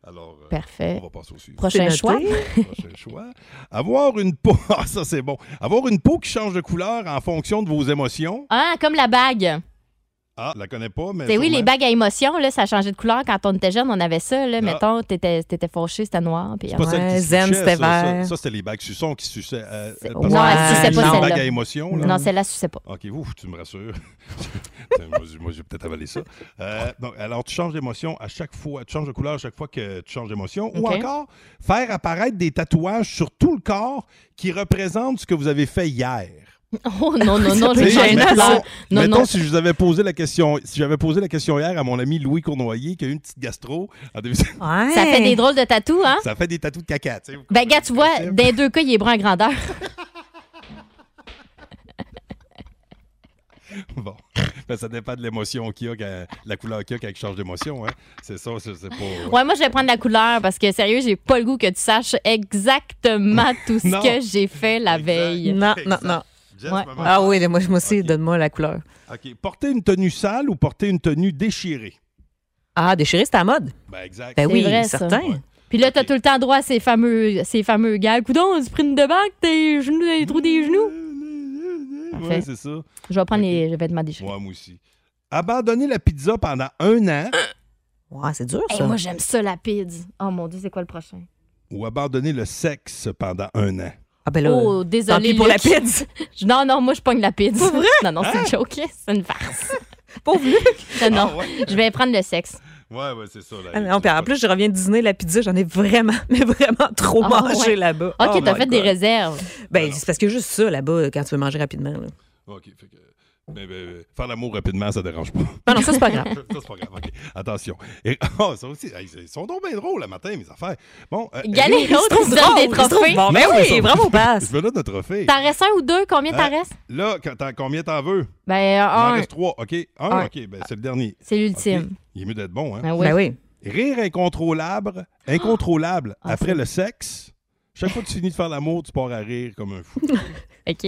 G: alors. euh,
E: Parfait.
G: On va passer au suivant.
E: Prochain
H: C'est
E: choix.
H: noté.
G: Prochain choix. Avoir une peau. Ah, ça, c'est bon. Avoir une peau qui change de couleur en fonction de vos émotions.
E: Ah, comme la bague.
G: Ah, je la connais pas, mais.
E: C'est Ben oui,
G: sûrement- Ah.
E: les bagues à émotion, là, ça changeait de couleur. Quand on était jeune, on avait ça. Là, Mettons, t'étais, t'étais fauché, c'était noir. Puis,
G: C'est pas
E: ouais.
G: celle qui se
H: zen,
G: suçait,
H: c'était
G: ça, ça.
H: vert.
G: Ça, c'était les bagues suçons qui suçaient. euh, parce
E: Non,
G: que
E: elle suçait
G: les
E: pas
G: bagues
E: celle-là.
G: à émotion. là.
E: Non, celle-là, suçait pas.
G: OK, ouf, tu me rassures. Tiens, moi, j'ai- moi, j'ai peut-être avalé ça. Euh, donc, alors, tu changes d'émotion à chaque fois. Tu changes de couleur à chaque fois que tu changes d'émotion. Ou
E: OK.
G: encore, faire apparaître des tatouages sur tout le corps qui représentent ce que vous avez fait hier.
E: Oh non, non, non,
G: Tu
E: j'ai
G: sais,
E: changé de
G: mettons,
E: couleur. Non,
G: mettons
E: non.
G: si je vous avais posé la question, si j'avais posé la question hier à mon ami Louis Cournoyer qui a eu une petite gastro, en début-
H: Ouais.
E: Ça fait des drôles de tatous, hein?
G: ça fait des tatous de caca. tu sais.
E: Ben, gars, tu vois, dans les deux cas, il est brun à grandeur.
G: Bon, Ben, ça dépend de l'émotion qu'il y a, quand- la couleur qu'il y a quand il change d'émotion. Hein. C'est ça, c'est euh. c'est pas.
E: Ouais, moi, je vais prendre la couleur parce que, sérieux, j'ai pas le goût que tu saches exactement tout ce
G: Non.
E: que j'ai fait la veille.
H: Non, non, non.
G: Jess,
E: Ouais.
G: maman.
H: Ah oui, moi, moi aussi, donne-moi la couleur.
G: OK. Porter une tenue sale ou porter une tenue déchirée?
H: Ah, déchirer, c'est à la mode.
G: Ben, exact.
H: Ben
E: C'est
H: oui,
E: vrai, ça.
H: certain.
E: Puis là, t'as tout le temps droit à ces fameux, ces fameux gars. Coudon, tu prends une de bac, tes genoux, les trous des genoux.
G: Ouais, c'est ça. Ouais,
E: Je vais prendre les vêtements déchirés.
G: Moi, aussi. Abandonner la pizza pendant un an
H: Ouais, c'est dur,
E: Hey,
H: ça.
E: moi, j'aime ça, la pizza. Oh mon Dieu, c'est quoi le prochain?
G: ou abandonner le sexe pendant un an?
H: Ah ben là,
E: oh, désolé.
H: tant pis pour la
E: Luc.
H: pizza.
E: Non, non, moi, je pogne la pizza. Pour vrai? Non, non, c'est une joke. hein? C'est une farce.
H: Hein? Pauvre Luc.
E: Non, non.
G: ouais?
E: Je vais prendre le sexe.
G: Ouais, ouais, c'est ça. là.
H: Ah, non, puis en plus, je reviens dîner la pizza, j'en ai vraiment, mais vraiment trop
E: Ah,
H: mangé
E: ouais.
H: là-bas.
E: OK,
H: Oh
E: t'as
H: my
E: fait des
H: God.
E: réserves.
H: Ben, c'est parce que juste ça là-bas, quand tu veux manger rapidement. là.
G: OK, fait que... ben, ben, ben, faire l'amour rapidement, ça dérange pas.
H: Ah non, ça, c'est pas grave.
G: ça, c'est pas grave. OK. Attention. Et- ah, ça aussi, hey, ils sont donc bien drôles le matin, mes affaires. Bon, euh,
E: Galéo,
G: rire-
E: tu donnes des
H: drôle, c'est trop
E: trophées.
H: bon. Ben
G: Non,
H: oui,
G: mais ça-
H: bravo, passe.
G: Je veux là notre trophée.
E: T'en restes un ou deux? Combien t'en
G: Euh,
E: restes?
G: Là, quand t'en- combien t'en veux?
E: Ben,
G: Il en
E: un.
G: reste trois. OK. Un,
E: Un.
G: OK. Ben, c'est le dernier.
E: Ah, C'est
G: OK.
E: l'ultime.
G: Il est mieux d'être bon, hein?
E: Ben oui.
H: Ben oui.
G: Rire incontrôlable, incontrôlable
E: Ah,
G: après le sexe. Chaque fois que tu finis de faire l'amour, tu pars à rire comme un fou.
E: OK.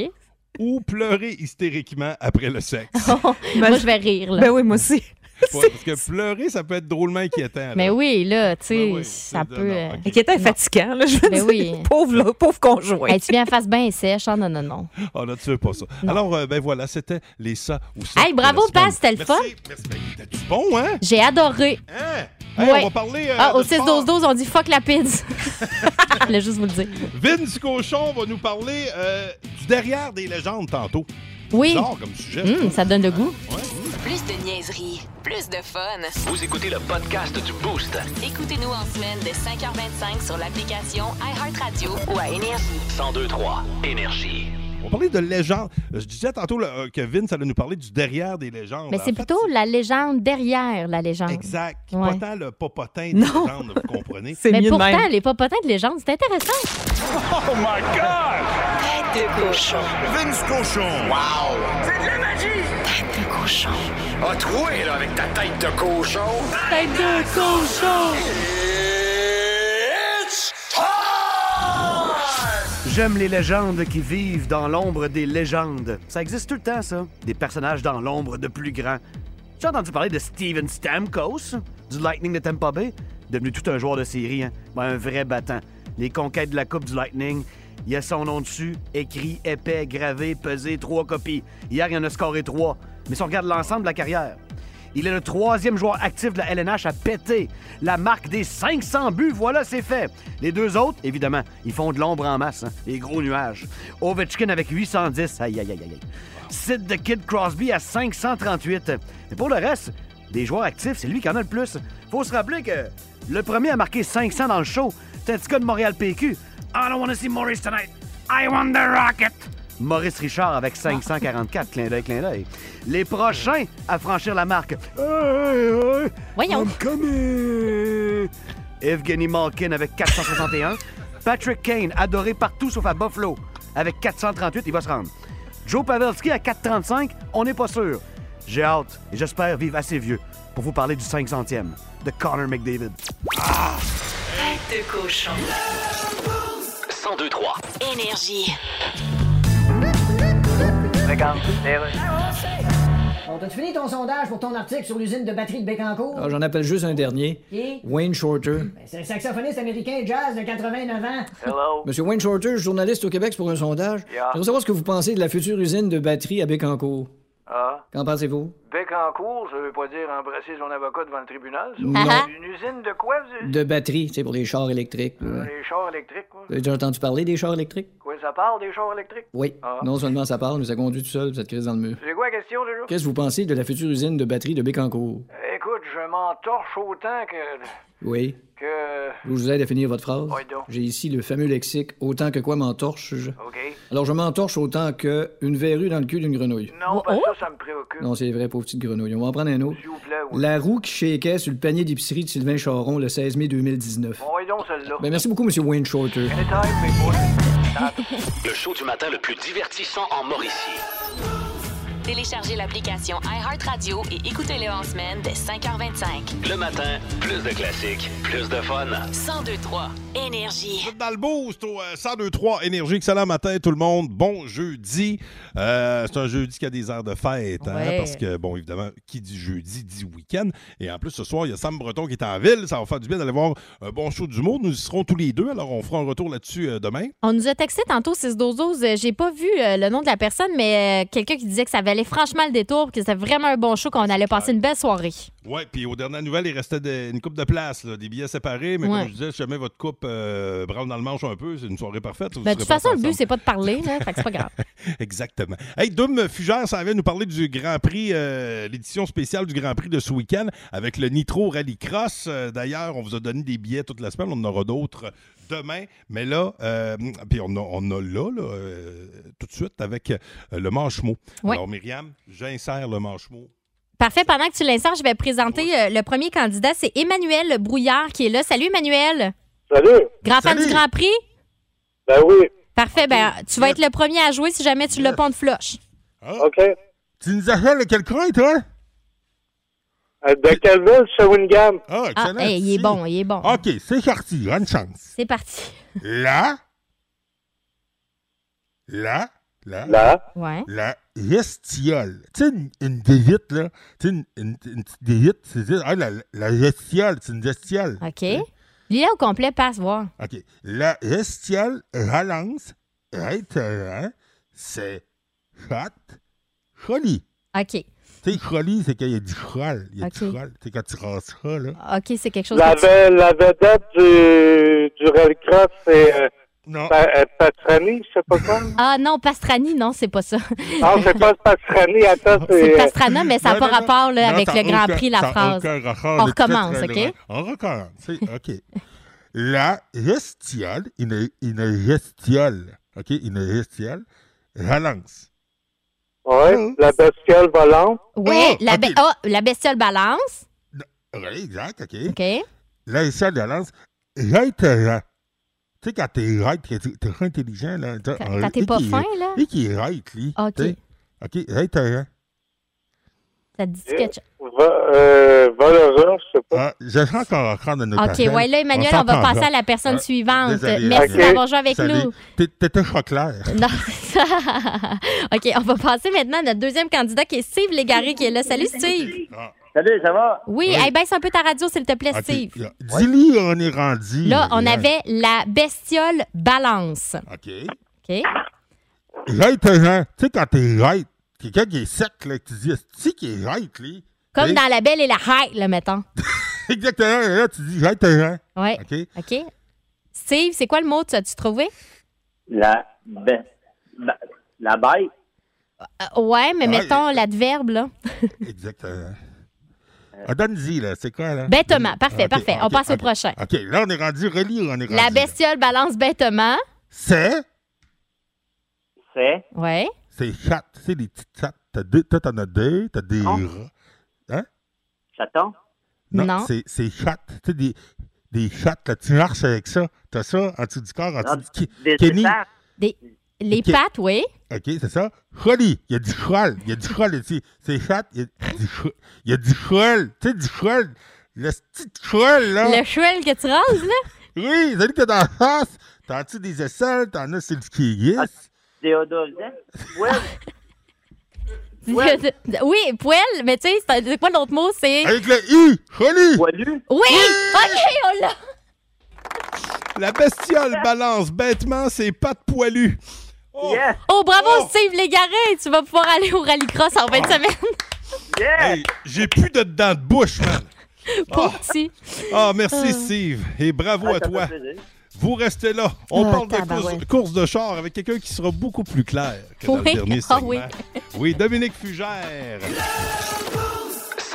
G: Ou pleurer hystériquement après le sexe.
E: Moi, je vais rire, là.
H: Ben oui, moi aussi.
G: Ouais, parce que pleurer, ça peut être drôlement inquiétant. là.
E: Mais oui, là, tu sais,
G: Ouais, ouais,
E: ça
G: c'est de-
E: peut.
G: non,
E: euh,
G: ok.
H: Inquiétant et fatigant, là, je veux
E: Ben
H: dire.
E: oui.
H: Pauvre, là, pauvre conjoint.
E: Hey, tu viens en face bien sèche. Ah, non, non, non.
G: Ah, là, tu veux pas ça. Alors, euh, ben voilà, c'était les ça ou ça.
E: Hey, bravo,
G: de la
E: Paz,
G: semaine.
E: c'était le fun.
G: Merci, merci. Ben, T'es-tu bon, hein?
E: J'ai adoré.
G: Hein? Hey,
E: Ouais.
G: On va parler. euh,
E: ah,
G: de
E: au
G: sport.
E: 6-12-12, on dit fuck la pizza. Je voulais juste vous le dire.
G: Vince Cochon va nous parler euh, du derrière des légendes tantôt.
E: Oui.
G: Genre comme sujet.
E: Hum, ça donne le goût.
A: Plus de niaiserie, plus de fun.
B: Vous écoutez le podcast du Boost.
A: Écoutez-nous en semaine de 5h25 sur l'application iHeartRadio ou à Énergie.
B: 1023 Énergie.
G: On parlait de légendes. Euh, Je disais tantôt là, euh, que Vince allait nous parler du derrière des légendes.
E: Mais
G: ben, En
E: c'est
G: fait,
E: plutôt la légende derrière la légende.
G: Exact.
E: Ouais.
G: Pas tant le popotin des légendes, vous comprenez?
E: Mais pourtant, les popotins de légende, c'est intéressant.
L: Oh my God! Tête de cochon. Vince cochon. Wow! C'est de la magie! Tête de cochon. A troué, là, avec ta tête de cochon. Tête de cochon!
M: J'aime les légendes qui vivent dans l'ombre des légendes. Ça existe tout le temps, ça. Des personnages dans l'ombre de plus grands. J'ai entendu parler de Steven Stamkos, du Lightning de Tampa Bay, devenu tout un joueur de série, hein? Ben, un vrai battant. Les conquêtes de la Coupe du Lightning, il y a son nom dessus, écrit, épais, gravé, pesé, trois copies. Hier, il en a scoré trois. Mais si on regarde l'ensemble de la carrière, il est le troisième joueur actif de la LNH à péter la marque des 500 buts. Voilà, c'est fait. Les deux autres, évidemment, ils font de l'ombre en masse, hein, les gros nuages. Ovechkin avec 810, aïe, aïe, aïe, aïe. Sid de Kid Crosby à 538. Mais pour le reste, des joueurs actifs, c'est lui qui en a le plus. Faut se rappeler que le premier à marquer 500 dans le show, c'est un petit gars de Montréal PQ. I don't want to see Maurice tonight. I want the Rocket. Maurice Richard avec 544, clin d'œil, clin d'œil. Les prochains à franchir la marque. Voyons. Evgeny Malkin avec 461. Patrick Kane, adoré partout sauf à Buffalo, avec 438, il va se rendre. Joe Pavelski à 435, on n'est pas sûr. J'ai hâte et j'espère vivre assez vieux pour vous parler du 500e de Connor McDavid. Ah!
A: Tête de cochon.
B: 1023
A: Énergie.
C: Bon, t'as-tu fini ton sondage pour ton article sur l'usine de batterie de Bécancourt?
D: Ah, J'en appelle juste un dernier.
C: Qui? Ben,
D: Wayne Shorter.
C: C'est un saxophoniste américain jazz de 89 ans.
D: Monsieur Wayne Shorter, journaliste au Québec pour un sondage.
N: Yeah.
D: J'aimerais savoir ce que vous pensez de la future usine de batterie à Bécancourt.
N: Ah.
D: Qu'en pensez-vous?
N: Bec en cours, ça veut pas dire embrasser son avocat devant le tribunal, ça.
D: Non.
N: Une usine de quoi, vous
D: De batterie, c'est pour les chars électriques. là.
N: Les chars électriques, quoi.
D: Vous avez déjà entendu parler des chars électriques?
N: Quoi, ça parle des chars électriques?
D: Oui.
N: Ah.
D: Non seulement ça parle, mais ça conduit tout seul, cette crise dans le mur.
N: C'est quoi la question, déjà?
D: Qu'est-ce que vous pensez de la future usine de batterie de Bécancourt?
N: Écoute, je m'entorche autant que...
D: Oui.
N: que...
D: Je vous aide à finir votre phrase.
N: Oui, donc.
D: J'ai ici le fameux lexique autant que quoi m'entorche. je.
N: OK.
D: Alors je m'entorche autant que une verrue dans le cul d'une grenouille.
N: Non, parce que ça, ça me préoccupe.
D: Non, c'est vrai, pauvre petite grenouille. On va en prendre un autre.
N: S'il vous plaît, oui.
D: La roue qui shakeait sur le panier d'épicerie de Sylvain Charon le 16 mai 2019.
N: Bon, et donc, celle-là.
D: Ben, merci beaucoup, Monsieur Wayne Shorter.
B: Le show du matin le plus divertissant en Mauricie.
A: Téléchargez l'application iHeartRadio et écoutez-le en semaine dès 5h25.
B: Le matin, plus de classiques, plus de fun.
A: 1023 Énergie.
G: Dans le boost au euh, 1023 Énergie. Excellent matin, tout le monde. Bon jeudi. Euh, c'est un jeudi qui a des heures de fête. hein,
B: Ouais.
G: parce que, bon, évidemment, qui dit jeudi dit week-end. Et en plus, ce soir, il y a Sam Breton qui est en ville. Ça va faire du bien d'aller voir un bon show du monde. Nous y serons tous les deux. Alors, on fera un retour là-dessus euh, demain.
E: On nous a texté tantôt 6 12 12 J'ai pas vu euh, le nom de la personne, mais euh, quelqu'un qui disait que ça valait franchement le détour, que c'était vraiment un bon show, qu'on allait passer une belle soirée.
G: Oui, puis aux dernières nouvelles, il restait des- une coupe de place, là, des billets séparés. Mais
E: Ouais.
G: comme je disais, si jamais votre coupe euh, branle dans le manche un peu, c'est une soirée parfaite. Vous
E: Ben,
G: serez
E: de toute
G: pas
E: façon, le but,
G: ensemble.
E: c'est pas de parler, là, fait que c'est pas grave.
G: Exactement. Hey, Dom Fugère s'en vient nous parler du Grand Prix, euh, l'édition spéciale du Grand Prix de ce week-end avec le Nitro Rallycross. Euh, D'ailleurs, on vous a donné des billets toute la semaine. On en aura d'autres demain. Mais là, euh, puis on a, on a là, là, euh, tout de suite, avec euh, le manche-mot.
E: Ouais.
G: Alors, Myriam, j'insère le manche-mot.
E: Parfait. Pendant que tu l'insères, je vais présenter euh, le premier candidat. C'est Emmanuel Brouillard qui est là. Salut, Emmanuel.
O: Salut.
E: Grand fan
O: Salut.
E: du Grand Prix?
O: Ben oui.
E: Parfait. Ben, tu vas être le premier à jouer si jamais tu le pont de floche.
O: OK.
G: Ah. Tu nous appelles de hein? quel coin, toi?
O: Euh, De Calville, Shawingham.
G: Ah,
E: Ah, hey, il est bon, il est bon.
G: OK, c'est parti. Bonne chance.
E: C'est parti.
G: Là. Là. Là.
O: Là.
E: Ouais.
G: La gestiole. Tu sais, une, une dévite, là. Tu sais, une, une, une petite dévite, c'est ça. Ah, la, la gestiole, c'est une gestiole.
E: OK. Lis-la au complet, passe voir.
G: OK. La gestiole relance, réitérant, c'est hot, joli.
E: OK.
P: Tu sais, Crowley, c'est qu'il y a du chral. Il y a du chral. Tu sais, quand tu rases ça, là.
E: OK, c'est quelque chose
O: La,
E: que tu-
O: ve- la vedette du, du rallycross, c'est euh, Pa- euh, Pastrani, je sais pas quoi.
E: Ah non, Pastrani, non, c'est pas ça.
O: Non, c'est pas Pastrani, attends, c'est...
E: C'est
O: euh,
E: Pastrana, mais ça n'a pas rapport là, avec le Grand Prix, la phrase. On recommence, OK?
P: On recommence. c'est- OK. La gestiole, une, une gestiole, OK, une gestiole, relance.
O: Ouais, la bestiole volante.
E: Oui,
O: Eh,
E: la, be- ah, la bestiole balance.
P: Oui, exact, OK.
E: OK.
P: La gestiole relance, réitérant. Tu sais, quand t'es right, que tu- t'es intelligent, là. Quand,
E: quand t'es pas fin, là?
P: Et qui est right, lui.
E: OK.
P: tu sais. OK, réitérant.
E: Ça te dit
O: Eh,
E: quelque chose.
O: Euh, Valera, je sais
P: pas. Ah, je sens qu'on va prendre notre
E: OK, ouais, là, Emmanuel, on, va passer à la personne suivante. Merci d'avoir joué avec nous.
P: T'étais choclair.
E: Non. OK, on va passer maintenant à notre deuxième candidat qui est Steve Légaré qui est là. Salut, Steve.
P: Ah,
J: Salut, ça va?
E: Oui, hey, baisse un peu ta radio, s'il te plaît,
P: Ok,
E: Steve.
P: là, Dis-lui où on est rendu.
E: Là, on
P: Adrien.
E: avait la bestiole balance.
P: OK.
E: OK.
P: Right, hein, tu sais, quand t'es right, quelqu'un qui est sec, là, que tu dis, tu sais qui est right, là.
E: Comme
P: Et-
E: dans la belle et la high, là, mettons.
P: Exactement, et là, tu dis, right, hein.
E: Oui.
P: OK.
E: OK. Steve, c'est quoi le mot que tu trouvé?
J: La, be- la, la bête.
E: Euh, ouais,
P: Ah,
E: mais mettons l'adverbe, là.
P: Exactement. Ah, Donne-y, là, c'est quoi, là?
E: Bêtement. Parfait,
P: Ok,
E: parfait. On
P: ok,
E: passe au
P: ok.
E: prochain.
P: OK, là, on est rendu, relis où on est rendu.
E: La bestiole balance bêtement.
P: C'est,
J: C'est?
E: Ouais.
P: c'est chatte, tu sais, les petites chattes. T'as deux, toi, t'en as deux, t'as des rats. Hein?
J: Chaton?
P: Non,
J: Non.
P: c'est c'est chatte. Tu sais, des, des chattes, là, tu marches avec ça. T'as ça en dessous du corps, en dessous du ki- Kenny.
E: Des- les
P: Ok.
E: pattes, oui.
P: OK, c'est ça. Cholly, il y a du chol. Il y a du chol ici. C'est chatte, il y a du chol. Il y a du chol. Tu sais, du chol. Le petit chol, là.
E: Le chouel que tu rases, là.
P: Oui, celui que t'as dans la face. T'en as-tu des aisselles? T'en as sur le qui
J: Déodorisant? Ouais.
E: Oui, poêle, mais tu sais, c'est- c'est quoi l'autre mot? C'est.
P: Avec le U. Cholly.
E: Oui! OK, on l'a!
G: La bestiole balance bêtement ses pattes poilues.
E: Oh, Ah. bravo, Steve Légaré! Tu vas pouvoir aller au rallycross en fin de semaine.
G: Hey, J'ai plus de dents de bouche, man.
E: Pauvre petit.
G: Ah, merci
E: Ah.
G: Steve. Et bravo
E: Ah,
G: à
E: ça
G: toi.
E: fait plaisir.
G: Vous restez là. On
E: Ah,
G: parle de course,
E: tabarouette.
G: course de char avec quelqu'un qui sera beaucoup plus clair que dans
Q: Oui,
G: le dernier
Q: ah
G: segment.
Q: oui.
G: Oui, Dominique Fugère.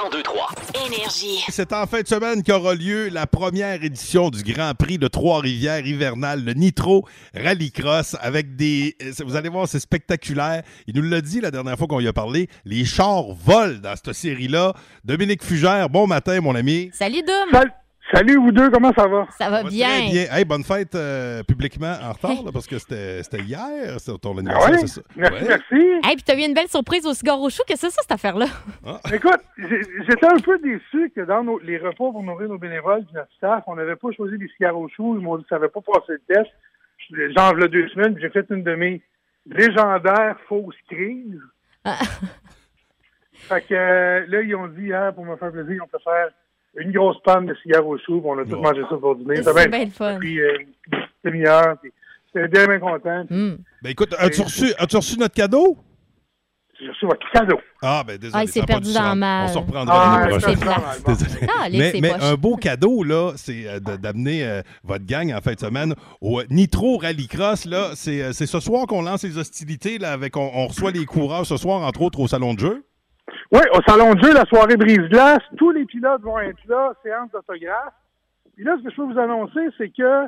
L: 1023 Énergie.
G: C'est en fin de semaine qu'aura lieu la première édition du Grand Prix de Trois-Rivières hivernal, le Nitro Rallycross, avec des... euh, Vous allez voir, c'est spectaculaire. Il nous l'a dit la dernière fois qu'on y a parlé, les chars volent dans cette série-là. Dominique Fugère, bon matin, mon ami.
E: Salut, Dom.
G: Salut, vous deux, comment ça va?
E: Ça va
G: Très
E: bien.
G: bien. Hey, bonne fête euh, publiquement en retard, là, parce que c'était c'était hier, c'est ton anniversaire, c'est ça? Ouais.
E: Hey, puis t'as eu une belle surprise au cigare au chou. Qu'est-ce que c'est, ça, cette affaire-là?
O: Ah. Écoute, j'ai- j'étais un peu déçu que dans nos- les repas pour nourrir nos bénévoles et notre staff, on n'avait pas choisi des cigares au chou. Ils m'ont dit que ça n'avait pas passé le test. Je- Genre, le deux semaines, j'ai fait une de mes légendaires fausses crises.
E: Ah.
O: fait que euh, là, ils ont dit, hein, pour me faire plaisir, ils ont fait faire une grosse panne de cigares au chou. puis On a tous mangé ça pour dîner.
E: C'est bien le fun.
O: Puis, euh, une petite demi-heure. puis J'étais bien, bien content.
E: Hmm.
G: Ben écoute, as-tu reçu, as reçu notre cadeau?
O: J'ai reçu votre cadeau.
G: Ah, ben désolé.
E: Ah, il s'est
G: ça a pas
E: perdu
G: dû se
E: dans
G: rendre.
E: ma-
G: On se reprendra
E: Ah,
G: l'année
E: c'est
G: prochaine.
E: plate.
G: Désolé.
E: Non, allez,
G: mais
E: c'est
G: mais
E: poche.
G: un beau cadeau, là, c'est euh, de- d'amener euh, votre gang en fin de semaine au euh, Nitro Rallycross. Là, c'est euh, c'est ce soir qu'on lance les hostilités. Là, avec, on, on reçoit les coureurs ce soir, entre autres, au salon de jeu.
O: Oui, au Salon de jeu, la soirée brise-glace, tous les pilotes vont être là, séance d'autographe. Puis là, ce que je peux vous annoncer, c'est que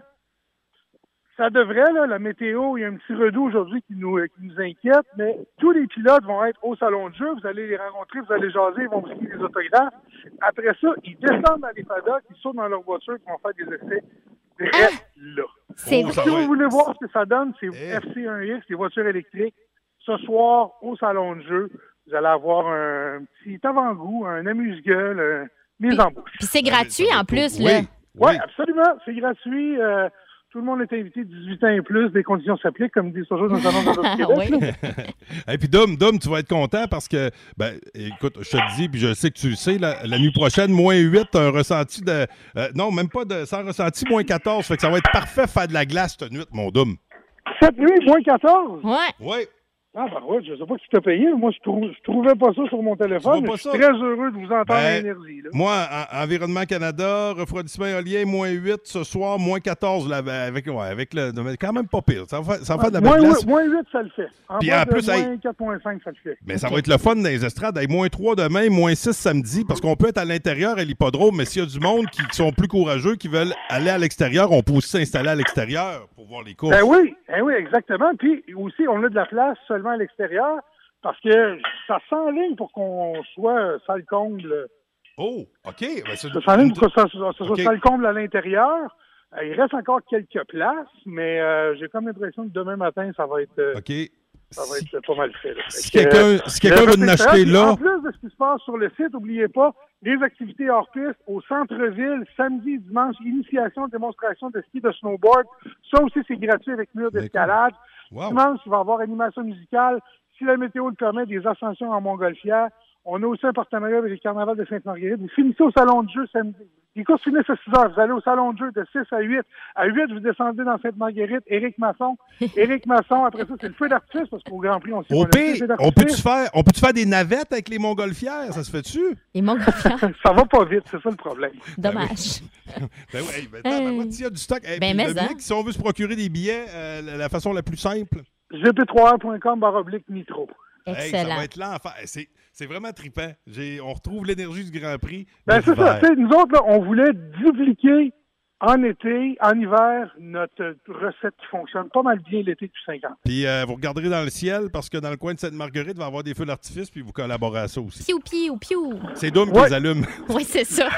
O: ça devrait, là, la météo, il y a un petit redout aujourd'hui qui nous, euh, qui nous inquiète, mais tous les pilotes vont être au Salon de jeu, vous allez les rencontrer, vous allez jaser, ils vont vous signer des autographes. Après ça, ils descendent dans les paddocks, ils sautent dans leur voiture, ils vont faire des essais direct là.
Q: Ah, C'est
G: Oh,
O: Donc,
Q: vrai. Eh.
O: Si vous voulez voir ce que ça donne, c'est FC1X, les voitures électriques. Ce soir, au salon de jeu, vous allez avoir un petit avant-goût, un amuse-gueule, euh, mise en bouche.
E: Puis c'est gratuit, en plus,
O: Oui,
E: là.
O: Ouais, absolument. C'est gratuit. euh, tout le monde est invité 18 ans et plus. Des conditions s'appliquent, comme disent toujours nos salons de l'Auto-Québec, là.
G: Et puis, Dom, Dom, tu vas être content parce que, ben, écoute, je te le dis, puis je sais que tu le sais, la, la nuit prochaine, moins 8, un ressenti de. euh, non, même pas de. Sans ressenti, moins 14. Fait que ça va être parfait faire de la glace cette nuit, mon Dom.
O: Cette nuit, moins 14.
E: Ouais.
G: Ouais.
O: Ah, bah ouais, je sais pas qui t'a payé. mais Moi, je, trou- je trouvais pas ça sur mon téléphone.
G: Tu vois pas
O: mais Je suis
G: ça?
O: très heureux de vous entendre à
G: Ben,
O: l'énergie. là.
G: Moi, en- Environnement Canada, refroidissement éolien, moins 8 ce soir, moins 14 là, ben, avec, ouais, avec le. mais Quand même pas pire. Ça va, faire- ça va faire de la
O: moins,
G: belle glace.
O: huit- moins 8, ça le fait. En
G: Puis
O: bas
G: en
O: de
G: plus, hey-
O: moins 4, moins 5, ça le fait.
G: Mais ça va être le fun dans les estrades. Hey, moins 3 demain, moins 6 samedi, parce qu'on peut être à l'intérieur à l'hippodrome, mais s'il y a du monde qui, qui sont plus courageux, qui veulent aller à l'extérieur, on peut aussi s'installer à l'extérieur pour voir les courses.
O: Ben oui, ben oui, exactement. Puis aussi, on a de la place seulement à l'extérieur parce que ça s'enligne pour qu'on soit ça le comble.
G: Oh, OK. ben c'est-
O: Ça s'enligne pour que ça, ça- ça soit
G: OK.
O: ça le comble à l'intérieur. Euh, Il reste encore quelques places, mais euh, j'ai comme l'impression que demain matin, ça va être, euh, ça va être pas mal fait. là.
G: Si
O: Fait que,
G: quelqu'un- si quelqu'un
O: le
G: veut en
O: reste est
G: acheter
O: prêt.
G: là-
O: En plus de ce qui se passe sur le site, n'oubliez pas les activités hors piste au centre-ville, samedi, dimanche, initiation, démonstration de ski, de snowboard. Ça aussi, c'est gratuit avec mur d'escalade. Dimanche, il va y avoir animation musicale. Si la météo le permet, des ascensions en montgolfière. On a aussi un partenariat avec le carnaval de Sainte-Marguerite. Vous finissez au salon de jeu samedi. Les courses finissent à 6 heures. Vous allez au salon de jeu de 6 à 8. À 8, vous descendez dans Sainte-Marguerite. Éric Masson. Éric Masson, après ça, c'est le feu d'artifice parce qu'au Grand Prix, on sait
G: Au
O: qu'on a fait le
G: pire,
O: feu
G: on
O: d'artifice.
G: peut-tu faire, on peut faire des navettes avec les montgolfières? Ça se fait-tu?
E: Les montgolfières?
O: ça va pas vite, c'est ça le problème.
E: Dommage.
G: Ben oui, hey, ben, tabarouette, s'il y a du stock. hey,
E: Ben,
G: puis
E: mais
G: Dominique,
E: hein.
G: si on veut se procurer des billets, euh, la la façon la plus simple.
O: gp3r.com baroblique nitro.
G: Hey, ça va être l'enfer. Hey, C'est, c'est vraiment trippant. J'ai- on retrouve l'énergie du Grand Prix.
O: Ben, c'est ça.
G: l'hiver.
O: tu sais, Nous autres, là, on voulait dupliquer en été, en hiver, notre euh, recette qui fonctionne pas mal bien l'été depuis 5 ans.
G: Puis euh, vous regarderez dans le ciel parce que dans le coin de Sainte-Marguerite, il va y avoir des feux d'artifice puis vous collaborez à ça aussi.
E: Piou, piou, piou.
G: C'est Doom qui les allume.
E: Oui, c'est ça.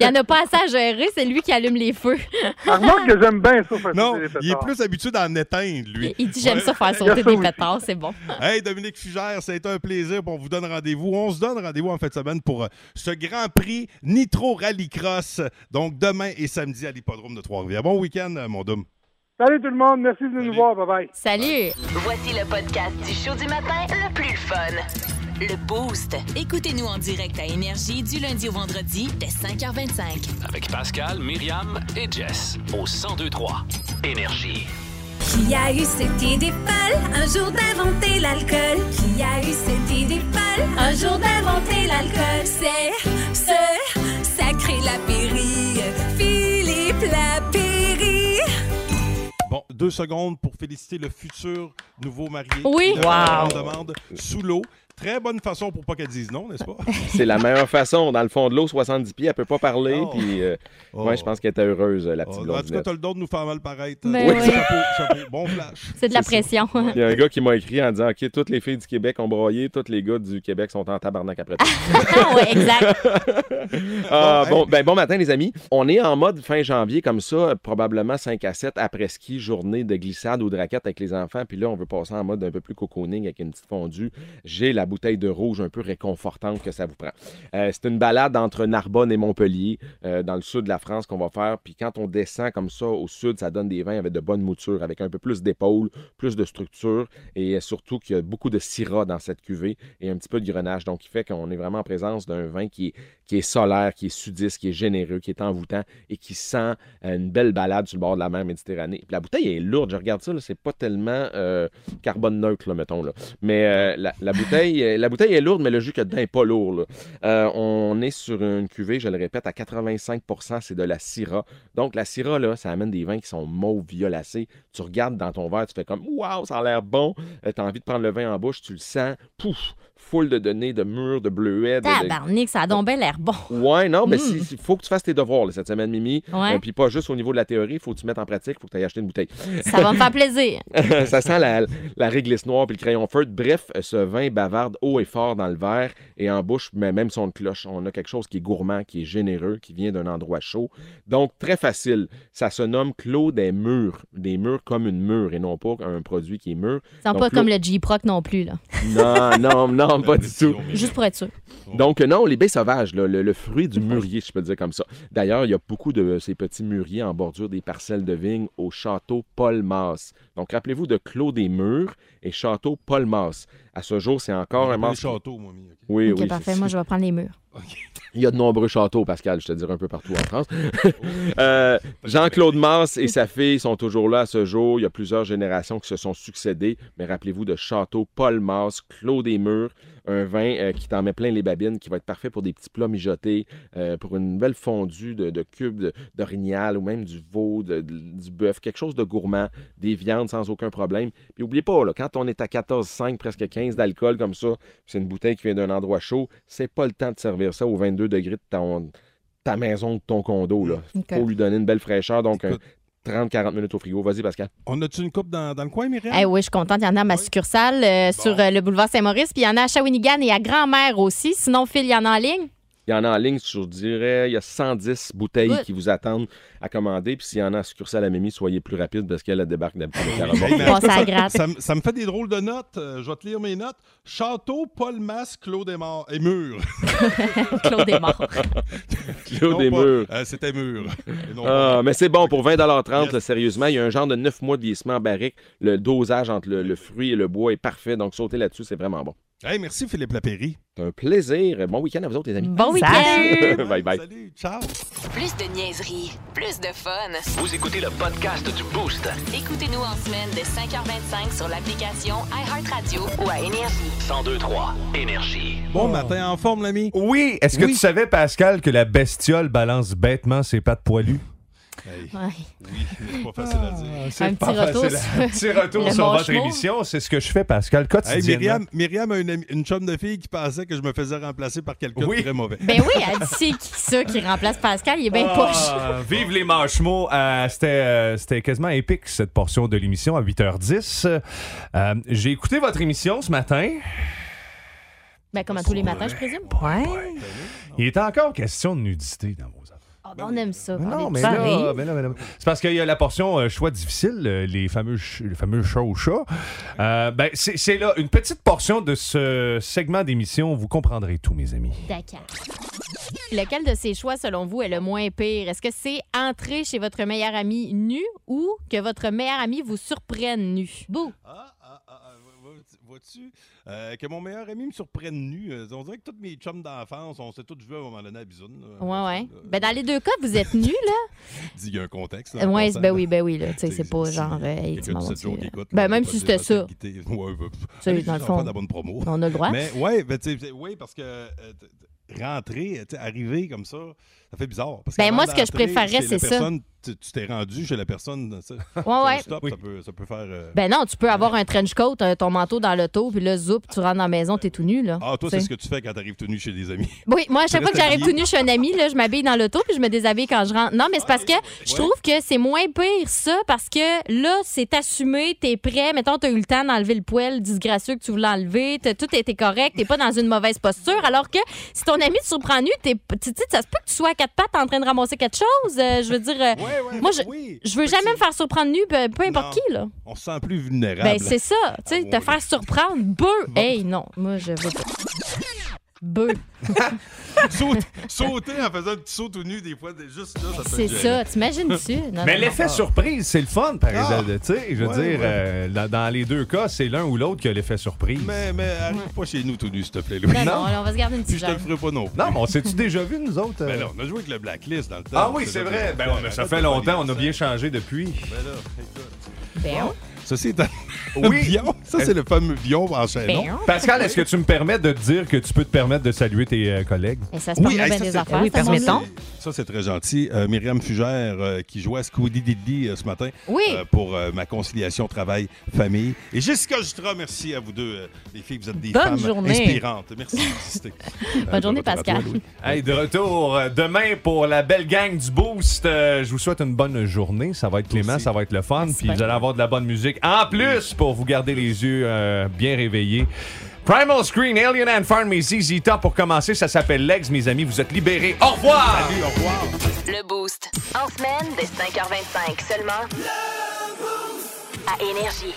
E: Il y en a pas assez à gérer, c'est lui qui allume les feux.
O: Remarque que j'aime bien ça.
G: non, il est plus habitué d'en éteindre, lui.
E: Il dit j'aime ça faire
G: Il y a
E: sauter
G: ça
E: des
G: aussi.
E: pétards, c'est bon.
G: Hey, Dominique Fugère, ça a été un plaisir. On vous donne rendez-vous. On se donne rendez-vous en fin de semaine pour euh, ce Grand Prix Nitro Rallycross. Donc, demain et samedi à l'Hippodrome de Trois-Rivières. Bon week-end, euh, mon Dom.
O: Salut tout le monde, merci de nous voir, bye bye.
E: Salut.
A: Voici le podcast du show du matin le plus fun. Le Boost. Écoutez-nous en direct à Énergie du lundi au vendredi dès 5h25.
B: Avec Pascal, Myriam et Jess au 1023 Énergie.
R: Qui a eu cette idée folle un jour d'inventer l'alcool? Qui a eu cette idée folle un jour d'inventer l'alcool? C'est ce sacré Lapéry, Philippe Lapéry.
G: Bon, deux secondes pour féliciter le futur nouveau marié.
R: Oui.
G: Le-
R: Wow.
G: On demande sous l'eau. Très bonne façon pour pas qu'elle dise non, n'est-ce pas?
S: C'est la meilleure façon. Dans le fond de l'eau, 70 pieds, elle peut pas parler.
G: Oh.
S: Puis, euh, ouais, je pense qu'elle était heureuse, la petite
G: en tout cas,
S: blondinette.
G: t'as le don de nous faire mal paraître.
E: Mais Ben oui.
G: Chapeau, chapeau. Bon flash.
E: C'est de la pression.
S: Il y a un gars qui m'a écrit en disant Ok, toutes les filles du Québec ont broyé, tous les gars du Québec sont en tabarnak après tout.
E: ouais, exact.
S: Ah, bon, ben, bon matin, les amis. On est en mode fin janvier, comme ça, euh, probablement 5 à 7 après ski, journée de glissade ou de raquette avec les enfants. Puis là, on veut passer en mode un peu plus cocooning avec une petite fondue. J'ai la bouteille de rouge un peu réconfortante que ça vous prend. Euh, c'est une balade entre Narbonne et Montpellier, euh, dans le sud de la France, qu'on va faire. Puis quand on descend comme ça au sud, ça donne des vins avec de bonnes moutures, avec un peu plus d'épaule, plus de structure et euh, surtout qu'il y a beaucoup de syrah dans cette cuvée et un petit peu de grenage. Donc, il fait qu'on est vraiment en présence d'un vin qui est, qui est solaire, qui est sudiste, qui est généreux, qui est envoûtant et qui sent euh, une belle balade sur le bord de la mer Méditerranée. Puis la bouteille est lourde, je regarde ça, là, c'est pas tellement euh, carbone neutre, là, mettons. Là. Mais euh, la, la bouteille, euh, la bouteille est lourde, mais le jus que dedans n'est pas lourd. là. Euh, on est sur une cuvée, je le répète, à 85 c'est de la syrah. Donc, la syrah, là, ça amène des vins qui sont mauves violacés. Tu regardes dans ton verre, tu fais comme Waouh, ça a l'air bon. Euh, T'as envie de prendre le vin en bouche, tu le sens. Pouf, foule de données, de murs, de bleuets. de- de-
E: Tabarnak, ça a donc bien l'air bon.
S: Ouais, non, mais
E: Mm.
S: il faut que tu fasses tes devoirs là, cette semaine, Mimi.
E: Ouais.
S: Euh, Puis pas juste au niveau de la théorie, il faut que tu mettes en pratique, il faut que tu ailles acheter une bouteille.
E: Ça va me faire plaisir.
S: ça sent la, la réglisse noire puis le crayon feutre. Bref, euh, ce vin bavarde haut et fort dans le verre et en bouche, mais même son de cloche. On a quelque chose qui est gourmand, qui est généreux, qui vient d'un endroit chaud. Donc, très facile. Ça se nomme Clos des murs. Des murs comme une mûre et non pas un produit qui est mûr.
E: Sans
S: Donc,
E: pas
S: Clos-
E: comme le G-Proc non plus, là.
S: Non, non, non, pas du tout.
E: Juste pour être sûr.
S: Donc, euh, non, les baies sauvages, là, le, le fruit du mûrier, si je peux le dire comme ça. D'ailleurs, il y a beaucoup de euh, ces petits mûriers en bordure des parcelles de vignes au château Paul Mas. Donc, rappelez-vous de Clos des Murs et château Paul Mas. À ce jour, c'est encore un
G: Pas
S: mas.
G: les châteaux, moi, Mimi.
S: Oui,
E: ok,
S: oui.
E: parfait. Moi, je vais prendre les murs.
S: Il y a de nombreux châteaux, Pascal, je te dirais un peu partout en France. Euh, Jean-Claude Mars et sa fille sont toujours là à ce jour. Il y a plusieurs générations qui se sont succédées. Mais rappelez-vous de Château Paul Mars, Clos des Murs, un vin euh, qui t'en met plein les babines, qui va être parfait pour des petits plats mijotés, euh, pour une belle fondue de, de cubes de- d'orignal ou même du veau, de- de- du bœuf, quelque chose de gourmand, des viandes sans aucun problème. Puis oubliez pas, là, quand on est à 14,5, presque 15 d'alcool comme ça, puis c'est une bouteille qui vient d'un endroit chaud, c'est pas le temps de servir ça aux 22 degrés de ton- ta maison ou de ton condo. Là.
E: Mm, OK.
S: Faut lui donner une belle fraîcheur, donc un 30-40 minutes au frigo. Vas-y, Pascal.
G: On a-tu une coupe dans, dans le coin, Myriam?
E: Eh oui, je suis contente. Il y en a à ma succursale euh, sur euh, le boulevard Saint-Maurice, puis il y en a à Shawinigan et à Grand-Mère aussi. Sinon, Phil, il y en a en ligne.
S: Il y en a en ligne, je dirais, il y a 110 bouteilles
E: Good.
S: qui vous attendent à commander. Puis s'il y en a à succursale à Mimi, soyez plus rapide parce qu'elle elle débarque d'habitude au Carabas.
G: Hey, mais-
E: Bon, ça gratte.
G: ça, me- ça me fait des drôles de notes. Euh, je vais te lire mes notes. Château, Paul Mas, Claude est mort. Et mur.
E: Claude est mort.
S: Claude est mûr.
G: euh, C'était mur. Et non
T: Euh,
G: pas-
S: Ah, mais c'est bon, pour 20,30 là, sérieusement, il y a un genre de 9 mois de vieillissement en barrique. Le dosage entre le, le fruit et le bois est parfait, donc sauter là-dessus, c'est vraiment bon.
G: Hey, merci Philippe Lapéry.
S: C'est un plaisir. Bon week-end à vous autres, les amis.
E: Bon week-end. Salut.
S: bye bye.
G: Salut, ciao.
A: Plus de niaiserie, plus de fun.
B: Vous écoutez le podcast du Boost.
A: Écoutez-nous en semaine de 5h25 sur l'application iHeartRadio ou à Énergie.
B: 1023 Énergie.
G: Bon matin, en forme, l'ami.
T: Oui, est-ce que
G: Oui.
T: tu savais, Pascal, que la bestiole balance bêtement ses pattes poilues?
G: C'est pas facile à dire.
T: C'est pas facile. Un petit retour sur votre émission, c'est ce que je fais, Pascal,
G: Hey,
T: quotidiennement.
G: Myriam, Myriam a une, ami- une chum de fille qui pensait que je me faisais remplacer par quelqu'un de très mauvais.
E: Ben oui, elle dit c'est qui ça qui remplace Pascal? Il est bien Ben, poche.
T: Ah, vive les manchemaux. Euh, c'était, euh, c'était quasiment épique, cette portion de l'émission à 8h10. Euh, j'ai écouté votre émission ce matin.
E: Ben comme à tous les matins, je présume. Ouais.
T: Il est encore question de nudité dans vos affaires.
E: Ah, ben, on aime ça. Parler
T: Non, mais
E: de ça.
T: là, euh, mais là, mais là- c'est parce qu'il y a la portion euh, choix difficile, euh, les fameux, ch- les fameux chats au chat. Euh, ben, c'est, c'est là une petite portion de ce segment d'émission. Vous comprendrez tout, mes amis.
E: D'accord. Lequel de ces choix, selon vous, est le moins pire? Est-ce que c'est entrer chez votre meilleur ami nu ou que votre meilleur ami vous surprenne nu? Bouh!
G: Ah, Vois-tu euh, que mon meilleur ami me surprenne nu? Euh, On dirait que tous mes chums d'enfance, on s'est tous vus à un moment donné à Bisoune. là.
E: Ouais, ouais. Ben, dans les deux cas, vous êtes nus, là.
G: Dis, il y a un contexte. là, en
E: Ouais,
G: passant,
E: ben
G: là.
E: oui, ben oui, là. Tu sais, c'est pas genre. euh, Hey, tu
G: Quelqu'un de
E: m'as
G: sept jours
E: menti,
G: qui
E: là.
G: écoute,
E: Ben,
G: on
E: même
G: peut
E: si
G: pas
E: c'était
G: dire
E: ça.
G: facile de guitter. Ouais, ben, pff,
E: Ça,
G: allez,
E: dans le
G: les
E: fond,
G: enfants, la bonne promo.
E: on a le droit.
G: Mais ouais, ben, tu sais, oui, parce que euh, t- t- rentrer, tu sais, arriver comme ça, ça fait bizarre. Parce
E: Ben,
G: qu'avant
E: moi, ce que je
G: d'entrer
E: préférais,
G: chez
E: c'est
G: la
E: ça.
G: personne, Tu tu t'es rendu chez la personne. ça,
E: ouais.
G: stop, ça, peut, ça peut faire. euh,
E: Ben non, tu peux avoir un trench coat, euh, ton manteau dans l'auto, puis là, zoup, tu rentres dans la maison, t'es tout nu, là.
G: Ah, toi,
E: Tu
G: c'est
E: sais.
G: ce que tu fais quand t'arrives tout nu chez des amis.
E: Oui, moi, à chaque
G: Tu
E: fois que
G: restes
E: j'arrive tout nu,
G: habillé.
E: je suis un ami, là, je m'habille dans l'auto, puis je me déshabille quand je rentre. Non, mais c'est parce que je trouve que c'est moins pire, ça, parce que là, c'est assumé, t'es prêt, mettons, t'as eu le temps d'enlever le poêle disgracieux que tu voulais enlever, t'as- tout était correct, t'es pas dans une mauvaise posture, alors que si ton ami te surprend nu, t'es, tu sais, ça se peut que tu sois à quatre pattes en train de ramasser quelque chose, euh, je veux dire, euh, moi, je, je veux jamais me faire surprendre nu, ben, peu, peu importe qui, là.
G: On se sent plus vulnérable.
E: Ben, c'est ça. Tu
G: Ah
E: sais, te faire surprendre. Beu. Hey, non. Moi, je veux pas. Beu.
G: Saute- Sauter en faisant un petit saut tout nu, des fois, des- juste là, ça peut
E: C'est
G: être
E: ça.
G: gênant.
E: T'imagines-tu? Non,
T: Mais
E: non,
T: l'effet
E: non.
T: surprise, c'est le fun, par
G: Ah.
T: exemple. Tu sais, je veux
G: Ouais,
T: dire,
G: ouais.
T: euh, dans- dans les deux cas, c'est l'un ou l'autre qui a l'effet surprise.
G: Mais, mais arrive pas chez nous tout nu, s'il te plaît, Louis.
E: Non, non, on va se garder une
G: Puis
E: petite
G: je te le
E: jambe.
G: ferai pas non.
T: Non, mais on s'est-tu déjà vu, nous autres? euh?
G: Ben là, on a joué avec le Blacklist dans le temps.
T: Ah oui,
G: On s'est
T: c'est
G: joué
T: vrai.
G: avec-
T: Ben, ouais, mais ça fait longtemps, on a bien changé depuis.
G: Ben là, écoute.
E: Ben.
G: Bon, Ceci est un
T: Oui.
G: Vion. Ça, c'est le fameux Vion en chaînon.
E: Ben.
T: Pascal, est-ce que tu me permets de te dire que tu peux te permettre de saluer tes euh, collègues?
E: Et ça se permet bien
G: hey, ça,
E: des
G: c'est-
E: affaires. ça, mon Dieu.
G: Ça, c'est très gentil. Euh, Myriam Fugère euh, qui jouait à Scooby Diddy euh, ce matin
E: Oui.
G: euh, pour euh, ma conciliation travail-famille. Et Jessica Jutra, merci à vous deux. euh, les filles, vous êtes des
E: Bonne
G: femmes
E: journée.
G: inspirantes. Merci d'exister. Euh,
E: Bonne journée,
G: retour à toi,
E: Pascal.
G: Louis.
T: Hey, de retour euh, demain pour la belle gang du Boost. Euh, je vous souhaite une bonne journée. Ça va être clément, ça va être le fun. Puis vous allez avoir de la bonne musique en plus pour vous garder les yeux euh, bien réveillés. Primal Screen, Alien and Farm, mes ZZ Top pour commencer. Ça s'appelle Legs, mes amis. Vous êtes libérés. Au revoir!
G: Salut, au revoir!
A: Le Boost. En semaine de 5h25 seulement. À Énergie.